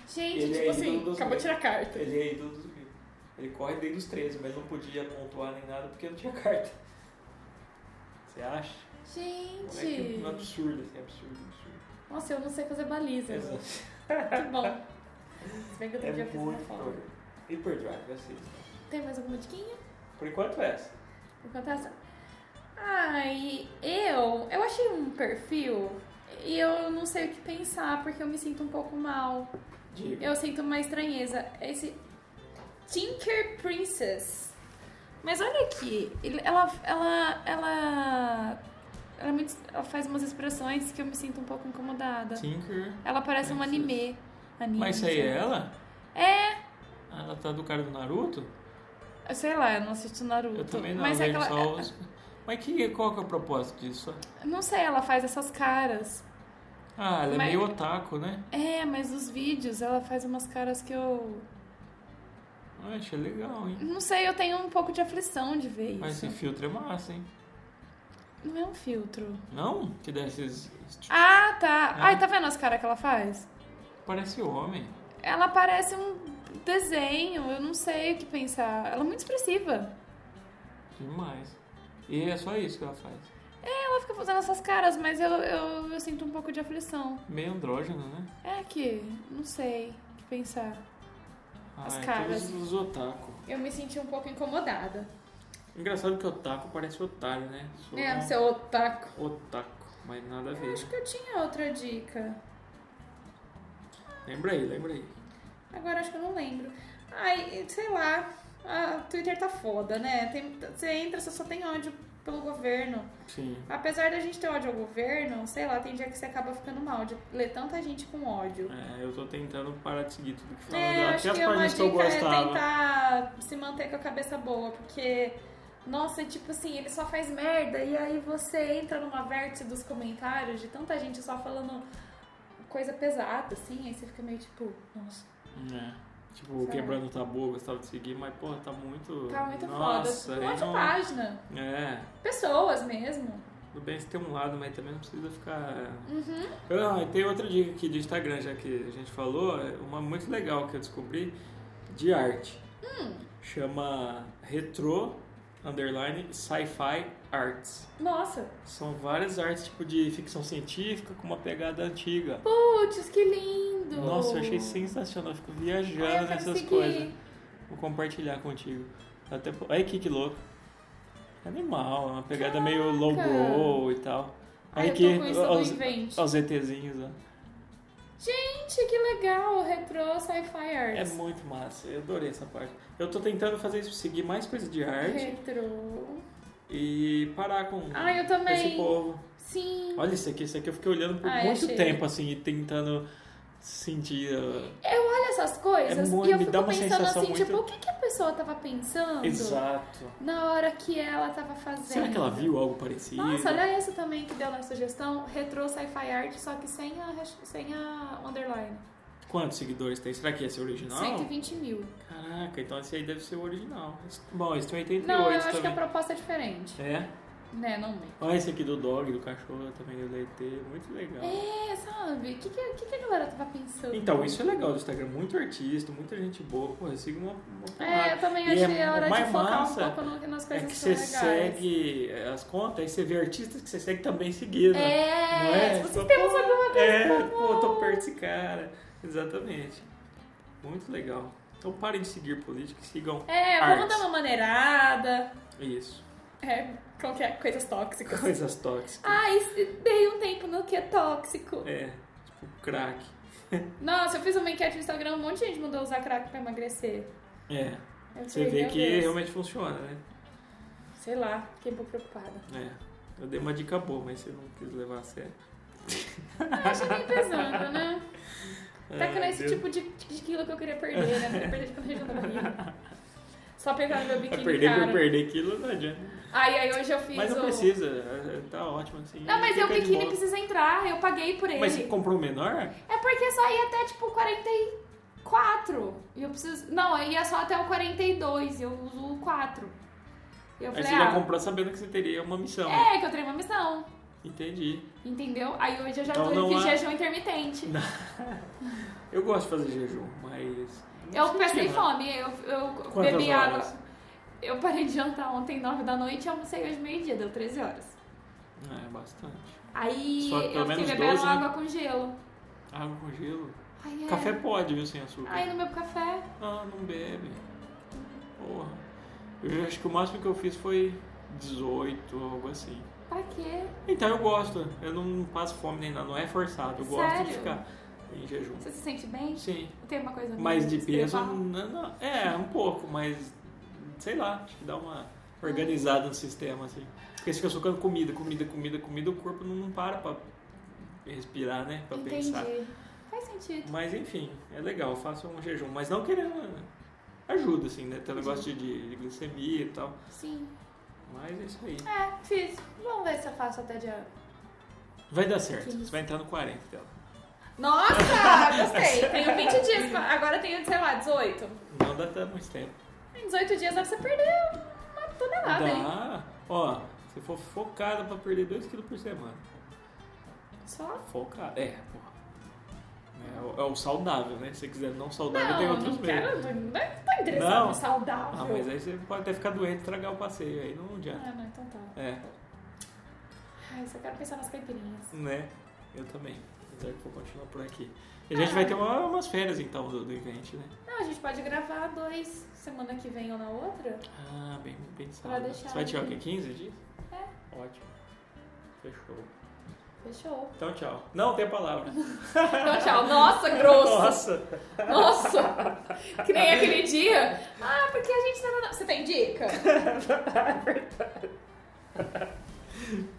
[SPEAKER 1] Gente,
[SPEAKER 2] Ele
[SPEAKER 1] tipo
[SPEAKER 2] é ídolo
[SPEAKER 1] assim,
[SPEAKER 2] dos
[SPEAKER 1] acabou de tirar carta.
[SPEAKER 2] Ele é ídolo dos gringos. Ele corre desde os 13, mas não podia pontuar nem nada porque não tinha carta. Você acha?
[SPEAKER 1] Gente.
[SPEAKER 2] É um absurdo, assim, absurdo, absurdo.
[SPEAKER 1] Nossa, eu não sei fazer baliza. mano.
[SPEAKER 2] Exato.
[SPEAKER 1] Que bom. Se bem que outro
[SPEAKER 2] É
[SPEAKER 1] dia eu fiz uma
[SPEAKER 2] muito
[SPEAKER 1] foto.
[SPEAKER 2] doido. Hyperdrive, assista.
[SPEAKER 1] Tem mais alguma diquinha?
[SPEAKER 2] Por enquanto é essa.
[SPEAKER 1] Vou contar essa. Ai, eu, eu achei um perfil e eu não sei o que pensar porque eu me sinto um pouco mal.
[SPEAKER 2] Diga.
[SPEAKER 1] Eu sinto uma estranheza. Esse Tinker Princess. Mas olha aqui, ele- ela ela ela ela, me- ela faz umas expressões que eu me sinto um pouco incomodada.
[SPEAKER 2] Tinker.
[SPEAKER 1] Ela parece um
[SPEAKER 2] Princess.
[SPEAKER 1] anime. anime
[SPEAKER 2] Mas isso aí
[SPEAKER 1] sei
[SPEAKER 2] é
[SPEAKER 1] lá.
[SPEAKER 2] ela?
[SPEAKER 1] É,
[SPEAKER 2] Ah, Ela tá do cara do Naruto?
[SPEAKER 1] eu sei lá, eu não assisto Naruto.
[SPEAKER 2] Eu também não
[SPEAKER 1] mas é
[SPEAKER 2] vejo
[SPEAKER 1] aquela,
[SPEAKER 2] só os... Mas que, qual que é o propósito disso?
[SPEAKER 1] Não sei, ela faz essas caras.
[SPEAKER 2] Ah, ela é
[SPEAKER 1] Mas-
[SPEAKER 2] meio otaku, né?
[SPEAKER 1] É, mas os vídeos, ela faz umas caras que eu.
[SPEAKER 2] Ah, achei legal, hein?
[SPEAKER 1] Não sei, eu tenho um pouco de aflição de ver
[SPEAKER 2] Mas
[SPEAKER 1] isso.
[SPEAKER 2] esse filtro é massa, hein?
[SPEAKER 1] Não é um filtro.
[SPEAKER 2] Não? Que desses...
[SPEAKER 1] Ah, tá.
[SPEAKER 2] Ah.
[SPEAKER 1] Ai, tá vendo as caras que ela faz?
[SPEAKER 2] Parece homem.
[SPEAKER 1] Ela parece um desenho, eu não sei o que pensar. Ela é muito expressiva.
[SPEAKER 2] Demais. E é só isso que ela faz.
[SPEAKER 1] É, ela fica fazendo essas caras, mas eu, eu, eu sinto um pouco de aflição.
[SPEAKER 2] Meio andrógeno, né?
[SPEAKER 1] É que, não sei o que pensar.
[SPEAKER 2] Ah,
[SPEAKER 1] As
[SPEAKER 2] é
[SPEAKER 1] caras.
[SPEAKER 2] Todos os otaku.
[SPEAKER 1] Eu me senti um pouco incomodada.
[SPEAKER 2] Engraçado que otaku parece otário, né? Sou
[SPEAKER 1] É,
[SPEAKER 2] um
[SPEAKER 1] seu otaku.
[SPEAKER 2] Otaku, mas nada a
[SPEAKER 1] Eu
[SPEAKER 2] ver.
[SPEAKER 1] acho que eu tinha outra dica.
[SPEAKER 2] Lembra aí, lembra aí.
[SPEAKER 1] Agora acho que eu não lembro. Ai, sei lá. A Twitter tá foda, né? Tem- você entra, você só tem ódio pelo governo.
[SPEAKER 2] Sim.
[SPEAKER 1] Apesar da gente ter ódio ao governo, sei lá, tem dia que você acaba ficando mal de ler tanta gente com ódio.
[SPEAKER 2] É, eu tô tentando parar de seguir tudo que fala.
[SPEAKER 1] É,
[SPEAKER 2] Até
[SPEAKER 1] acho
[SPEAKER 2] as
[SPEAKER 1] que uma
[SPEAKER 2] páginas que eu
[SPEAKER 1] dica é
[SPEAKER 2] gostava.
[SPEAKER 1] tentar se manter com a cabeça boa, porque, nossa, tipo assim, ele só faz merda e aí você entra numa vértice dos comentários de tanta gente só falando coisa pesada, assim, aí você fica meio tipo, nossa.
[SPEAKER 2] É. Tipo,
[SPEAKER 1] Sei lá.
[SPEAKER 2] quebrando o tabu, eu gostava de seguir, mas porra, tá muito.
[SPEAKER 1] Tá muito
[SPEAKER 2] Nossa,
[SPEAKER 1] foda. Um
[SPEAKER 2] aí
[SPEAKER 1] monte de
[SPEAKER 2] não-
[SPEAKER 1] página.
[SPEAKER 2] É.
[SPEAKER 1] Pessoas mesmo.
[SPEAKER 2] Tudo bem se tem um lado, mas também não precisa ficar.
[SPEAKER 1] Uhum.
[SPEAKER 2] Ah, e tem outra dica aqui de Instagram, já que a gente falou, é uma muito legal que eu descobri de arte.
[SPEAKER 1] Hum.
[SPEAKER 2] Chama Retro Underline Sci-Fi Arts.
[SPEAKER 1] Nossa.
[SPEAKER 2] São várias artes tipo de ficção científica com uma pegada antiga.
[SPEAKER 1] Putz, que lindo.
[SPEAKER 2] Nossa, eu achei sensacional, eu fico viajando
[SPEAKER 1] Ai, eu quero
[SPEAKER 2] nessas
[SPEAKER 1] seguir.
[SPEAKER 2] coisas. Vou compartilhar contigo. Até... Olha que que louco. Animal, é uma pegada meio low
[SPEAKER 1] Caraca!
[SPEAKER 2] blow e tal.
[SPEAKER 1] Ai,
[SPEAKER 2] Aí
[SPEAKER 1] eu tô
[SPEAKER 2] que.
[SPEAKER 1] com isso do
[SPEAKER 2] Olha os,
[SPEAKER 1] invente.
[SPEAKER 2] ó os né? ETzinhos, ó.
[SPEAKER 1] Gente, que legal! Retro Sci-Fi
[SPEAKER 2] É
[SPEAKER 1] Arts.
[SPEAKER 2] muito massa, eu adorei essa parte. Eu tô tentando fazer isso, seguir mais coisa de arte
[SPEAKER 1] Retro.
[SPEAKER 2] e parar com
[SPEAKER 1] Uhum. Ai, eu
[SPEAKER 2] esse
[SPEAKER 1] também.
[SPEAKER 2] povo.
[SPEAKER 1] Sim.
[SPEAKER 2] Olha isso aqui, isso aqui eu fiquei olhando por
[SPEAKER 1] Ah, eu
[SPEAKER 2] muito
[SPEAKER 1] achei.
[SPEAKER 2] tempo, assim, e tentando sentir. uh,
[SPEAKER 1] Eu olho essas coisas
[SPEAKER 2] É muito-
[SPEAKER 1] e eu
[SPEAKER 2] me
[SPEAKER 1] fico
[SPEAKER 2] dá uma
[SPEAKER 1] pensando
[SPEAKER 2] sensação
[SPEAKER 1] assim,
[SPEAKER 2] muito-
[SPEAKER 1] tipo, o que, que a pessoa tava pensando
[SPEAKER 2] Exato.
[SPEAKER 1] na hora que ela tava fazendo?
[SPEAKER 2] Será que ela viu algo parecido?
[SPEAKER 1] Nossa, olha essa também que deu na sugestão, Retro Sci-Fi Art, só que sem a, hash- sem a underline.
[SPEAKER 2] Quantos seguidores tem? Será que esse é o original?
[SPEAKER 1] 120 mil.
[SPEAKER 2] Caraca, então esse aí deve ser o original. Bom, esse tem 88
[SPEAKER 1] Não, eu acho que
[SPEAKER 2] também.
[SPEAKER 1] a proposta é diferente.
[SPEAKER 2] É?
[SPEAKER 1] Né, não lembro.
[SPEAKER 2] Olha esse aqui do dog, do cachorro também, do leite, muito legal.
[SPEAKER 1] É, sabe? O que, que, que, que a galera tava pensando?
[SPEAKER 2] Então, isso é legal do Instagram, muito artista, muita gente boa. Pô, eu sigo uma, uma
[SPEAKER 1] É,
[SPEAKER 2] porrada.
[SPEAKER 1] eu também
[SPEAKER 2] E
[SPEAKER 1] achei
[SPEAKER 2] é
[SPEAKER 1] a hora
[SPEAKER 2] mais
[SPEAKER 1] de focar
[SPEAKER 2] massa
[SPEAKER 1] um pouco no- nas
[SPEAKER 2] É
[SPEAKER 1] coisas
[SPEAKER 2] que
[SPEAKER 1] que
[SPEAKER 2] você
[SPEAKER 1] são legais.
[SPEAKER 2] segue as contas e você vê artistas que você segue também seguindo. Não
[SPEAKER 1] É, tá
[SPEAKER 2] é?
[SPEAKER 1] se vocês
[SPEAKER 2] Tipo,
[SPEAKER 1] temos alguma coisa
[SPEAKER 2] É,
[SPEAKER 1] em comum.
[SPEAKER 2] pô, eu tô perto desse cara. Exatamente. Muito legal. Então parem de seguir política e sigam
[SPEAKER 1] É,
[SPEAKER 2] Arts.
[SPEAKER 1] vamos dar uma maneirada.
[SPEAKER 2] isso.
[SPEAKER 1] É, qualquer coisas tóxicas.
[SPEAKER 2] Coisas tóxicas.
[SPEAKER 1] Ah, isso- dei um tempo no que é tóxico.
[SPEAKER 2] É, tipo, crack.
[SPEAKER 1] Nossa, eu fiz uma enquete no Instagram, um monte de gente mandou usar crack pra emagrecer.
[SPEAKER 2] É,
[SPEAKER 1] Eu
[SPEAKER 2] você
[SPEAKER 1] falei,
[SPEAKER 2] vê
[SPEAKER 1] meu
[SPEAKER 2] que
[SPEAKER 1] Deus.
[SPEAKER 2] realmente funciona, né?
[SPEAKER 1] Sei lá, fiquei um pouco preocupada.
[SPEAKER 2] É. Eu dei uma dica boa, mas você não quis levar a sério.
[SPEAKER 1] Eu É, achei meio pesando, né? Tá com
[SPEAKER 2] Ai,
[SPEAKER 1] esse
[SPEAKER 2] Deus.
[SPEAKER 1] tipo de, de quilo que eu queria perder, né? Eu queria perder de quando região da barriga. Só pegar no meu
[SPEAKER 2] Vai
[SPEAKER 1] biquíni,
[SPEAKER 2] perder
[SPEAKER 1] cara.
[SPEAKER 2] por perder aquilo, não adianta.
[SPEAKER 1] Ai, aí hoje eu fiz
[SPEAKER 2] Mas não
[SPEAKER 1] o...
[SPEAKER 2] precisa, é, é, tá ótimo assim.
[SPEAKER 1] Não, mas é
[SPEAKER 2] fica
[SPEAKER 1] eu
[SPEAKER 2] de
[SPEAKER 1] biquíni
[SPEAKER 2] boa.
[SPEAKER 1] precisa entrar, eu paguei por ele.
[SPEAKER 2] Mas você comprou o menor?
[SPEAKER 1] É porque só ia até tipo 44. E eu preciso. Não, eu ia só até o 42. E eu uso o 4. E eu
[SPEAKER 2] Aí
[SPEAKER 1] falei,
[SPEAKER 2] você já
[SPEAKER 1] ah,
[SPEAKER 2] comprou sabendo que você teria uma missão. né?
[SPEAKER 1] é que eu tenho uma missão.
[SPEAKER 2] Entendi.
[SPEAKER 1] Entendeu? Aí hoje eu já
[SPEAKER 2] Então
[SPEAKER 1] tô-
[SPEAKER 2] não
[SPEAKER 1] fiz
[SPEAKER 2] há-
[SPEAKER 1] jejum intermitente.
[SPEAKER 2] Não. Eu gosto de fazer jejum, mas. não
[SPEAKER 1] Eu
[SPEAKER 2] senti
[SPEAKER 1] passei
[SPEAKER 2] nada.
[SPEAKER 1] fome, eu, eu
[SPEAKER 2] Quantas
[SPEAKER 1] bebi
[SPEAKER 2] horas?
[SPEAKER 1] água. Eu parei de jantar ontem, 9 da noite, e almocei hoje meio-dia, deu 13 horas.
[SPEAKER 2] É, bastante.
[SPEAKER 1] Aí
[SPEAKER 2] Só pelo
[SPEAKER 1] eu fiquei
[SPEAKER 2] menos
[SPEAKER 1] bebendo
[SPEAKER 2] 12, né?
[SPEAKER 1] água com gelo.
[SPEAKER 2] Água com gelo.
[SPEAKER 1] Ai, é.
[SPEAKER 2] Café pode, viu, sem açúcar.
[SPEAKER 1] Aí no meu café.
[SPEAKER 2] Ah, não bebe. Porra. Eu acho que o máximo que eu fiz foi 18, algo assim.
[SPEAKER 1] Pra quê?
[SPEAKER 2] Então eu gosto. Eu não passo fome nem nada, não é forçado. Eu gosto de
[SPEAKER 1] Sério?
[SPEAKER 2] ficar em jejum.
[SPEAKER 1] Você se sente bem?
[SPEAKER 2] Sim.
[SPEAKER 1] Tem uma coisa
[SPEAKER 2] Mas de
[SPEAKER 1] ruim pra
[SPEAKER 2] peso,
[SPEAKER 1] escrevar?
[SPEAKER 2] não, não. é, um pouco, mas sei lá, acho que dá uma organizada no sistema, assim. Porque se fica socando comida, comida, comida, comida, o corpo não, não para pra respirar, né? Pra
[SPEAKER 1] Entendi.
[SPEAKER 2] pensar.
[SPEAKER 1] Faz sentido.
[SPEAKER 2] Mas enfim, é legal, faça um jejum, mas não querendo. né? Ajuda, assim, né? Tem um negócio de, de glicemia e tal.
[SPEAKER 1] Sim.
[SPEAKER 2] Mas é isso aí.
[SPEAKER 1] É, fiz. Vamos ver se eu faço até dia.
[SPEAKER 2] Vai dar certo.
[SPEAKER 1] Que
[SPEAKER 2] Você vai entrar no então. 40 dela.
[SPEAKER 1] Nossa! Gostei. Tenho 20 dias. pra- Agora tenho, sei lá, 18.
[SPEAKER 2] Não dá tanto muito tempo.
[SPEAKER 1] Em 18 dias dá pra você perder uma tonelada, hein?
[SPEAKER 2] dá. Ó, se for focada pra perder 2 quilos por semana.
[SPEAKER 1] Só?
[SPEAKER 2] Focado. É, porra. É, o- é o saudável, né? Se você quiser não saudável, tem
[SPEAKER 1] Não,
[SPEAKER 2] outros
[SPEAKER 1] não
[SPEAKER 2] meios.
[SPEAKER 1] quero. Não tá interessado
[SPEAKER 2] Não.
[SPEAKER 1] no saudável.
[SPEAKER 2] Ah, mas aí você pode até ficar doente e estragar o passeio, aí não adianta.
[SPEAKER 1] Ah, não, então tá.
[SPEAKER 2] É,
[SPEAKER 1] Ai, só quero pensar nas caipirinhas.
[SPEAKER 2] né? Eu também. Apesar que vou continuar por aqui. E a gente vai ter uma- umas férias então do, do evento, né?
[SPEAKER 1] Não, a gente pode gravar dois semana que vem ou na outra.
[SPEAKER 2] Ah, bem pensado.
[SPEAKER 1] Pra deixar
[SPEAKER 2] você vai tirar o quê?
[SPEAKER 1] aqui.
[SPEAKER 2] 15 dias?
[SPEAKER 1] É.
[SPEAKER 2] Ótimo. Fechou.
[SPEAKER 1] Fechou.
[SPEAKER 2] Então tchau. Não tem palavra.
[SPEAKER 1] Então tchau. Nossa, grosso.
[SPEAKER 2] Nossa! Tá
[SPEAKER 1] Nossa! Que nem aquele dia. Ah, porque a gente tava. na- Você tem dica?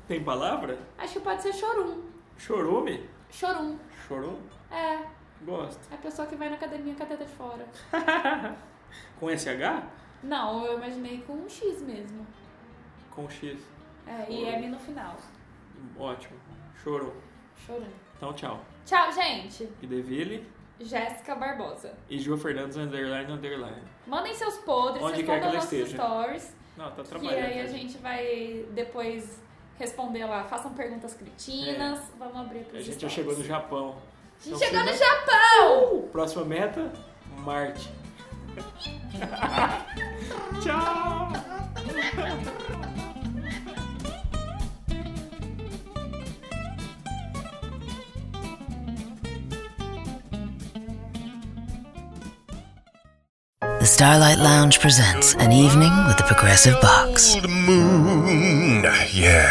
[SPEAKER 2] Tem palavra?
[SPEAKER 1] Acho que pode ser chorum.
[SPEAKER 2] Chorume?
[SPEAKER 1] Chorum.
[SPEAKER 2] Chorum?
[SPEAKER 1] É,
[SPEAKER 2] Gosto.
[SPEAKER 1] é a pessoa que vai na academia com a teta de fora.
[SPEAKER 2] Com SH?
[SPEAKER 1] Não, eu imaginei com um X mesmo.
[SPEAKER 2] Com X.
[SPEAKER 1] É, e M no final.
[SPEAKER 2] Ótimo. Chorum.
[SPEAKER 1] Chorum.
[SPEAKER 2] Então tchau.
[SPEAKER 1] Tchau, gente.
[SPEAKER 2] Pideville
[SPEAKER 1] Jéssica Barbosa.
[SPEAKER 2] e Ju Fernandes underline underline.
[SPEAKER 1] Mandem seus podres,
[SPEAKER 2] Onde quer que
[SPEAKER 1] respondam
[SPEAKER 2] ela
[SPEAKER 1] nossos
[SPEAKER 2] esteja.
[SPEAKER 1] stories.
[SPEAKER 2] Não, tá
[SPEAKER 1] Que
[SPEAKER 2] trabalhando.
[SPEAKER 1] aí a gente vai depois responder lá. Façam perguntas cretinas. Vamos abrir
[SPEAKER 2] É. A
[SPEAKER 1] pros
[SPEAKER 2] gente já
[SPEAKER 1] stories.
[SPEAKER 2] chegou no Japão.
[SPEAKER 1] A gente
[SPEAKER 2] Então,
[SPEAKER 1] chegou no
[SPEAKER 2] você-
[SPEAKER 1] Japão!
[SPEAKER 2] Próxima meta, Marte. Tchau!
[SPEAKER 3] The Starlight Lounge presents An Evening with the Progressive Box.
[SPEAKER 4] Old moon. Yeah.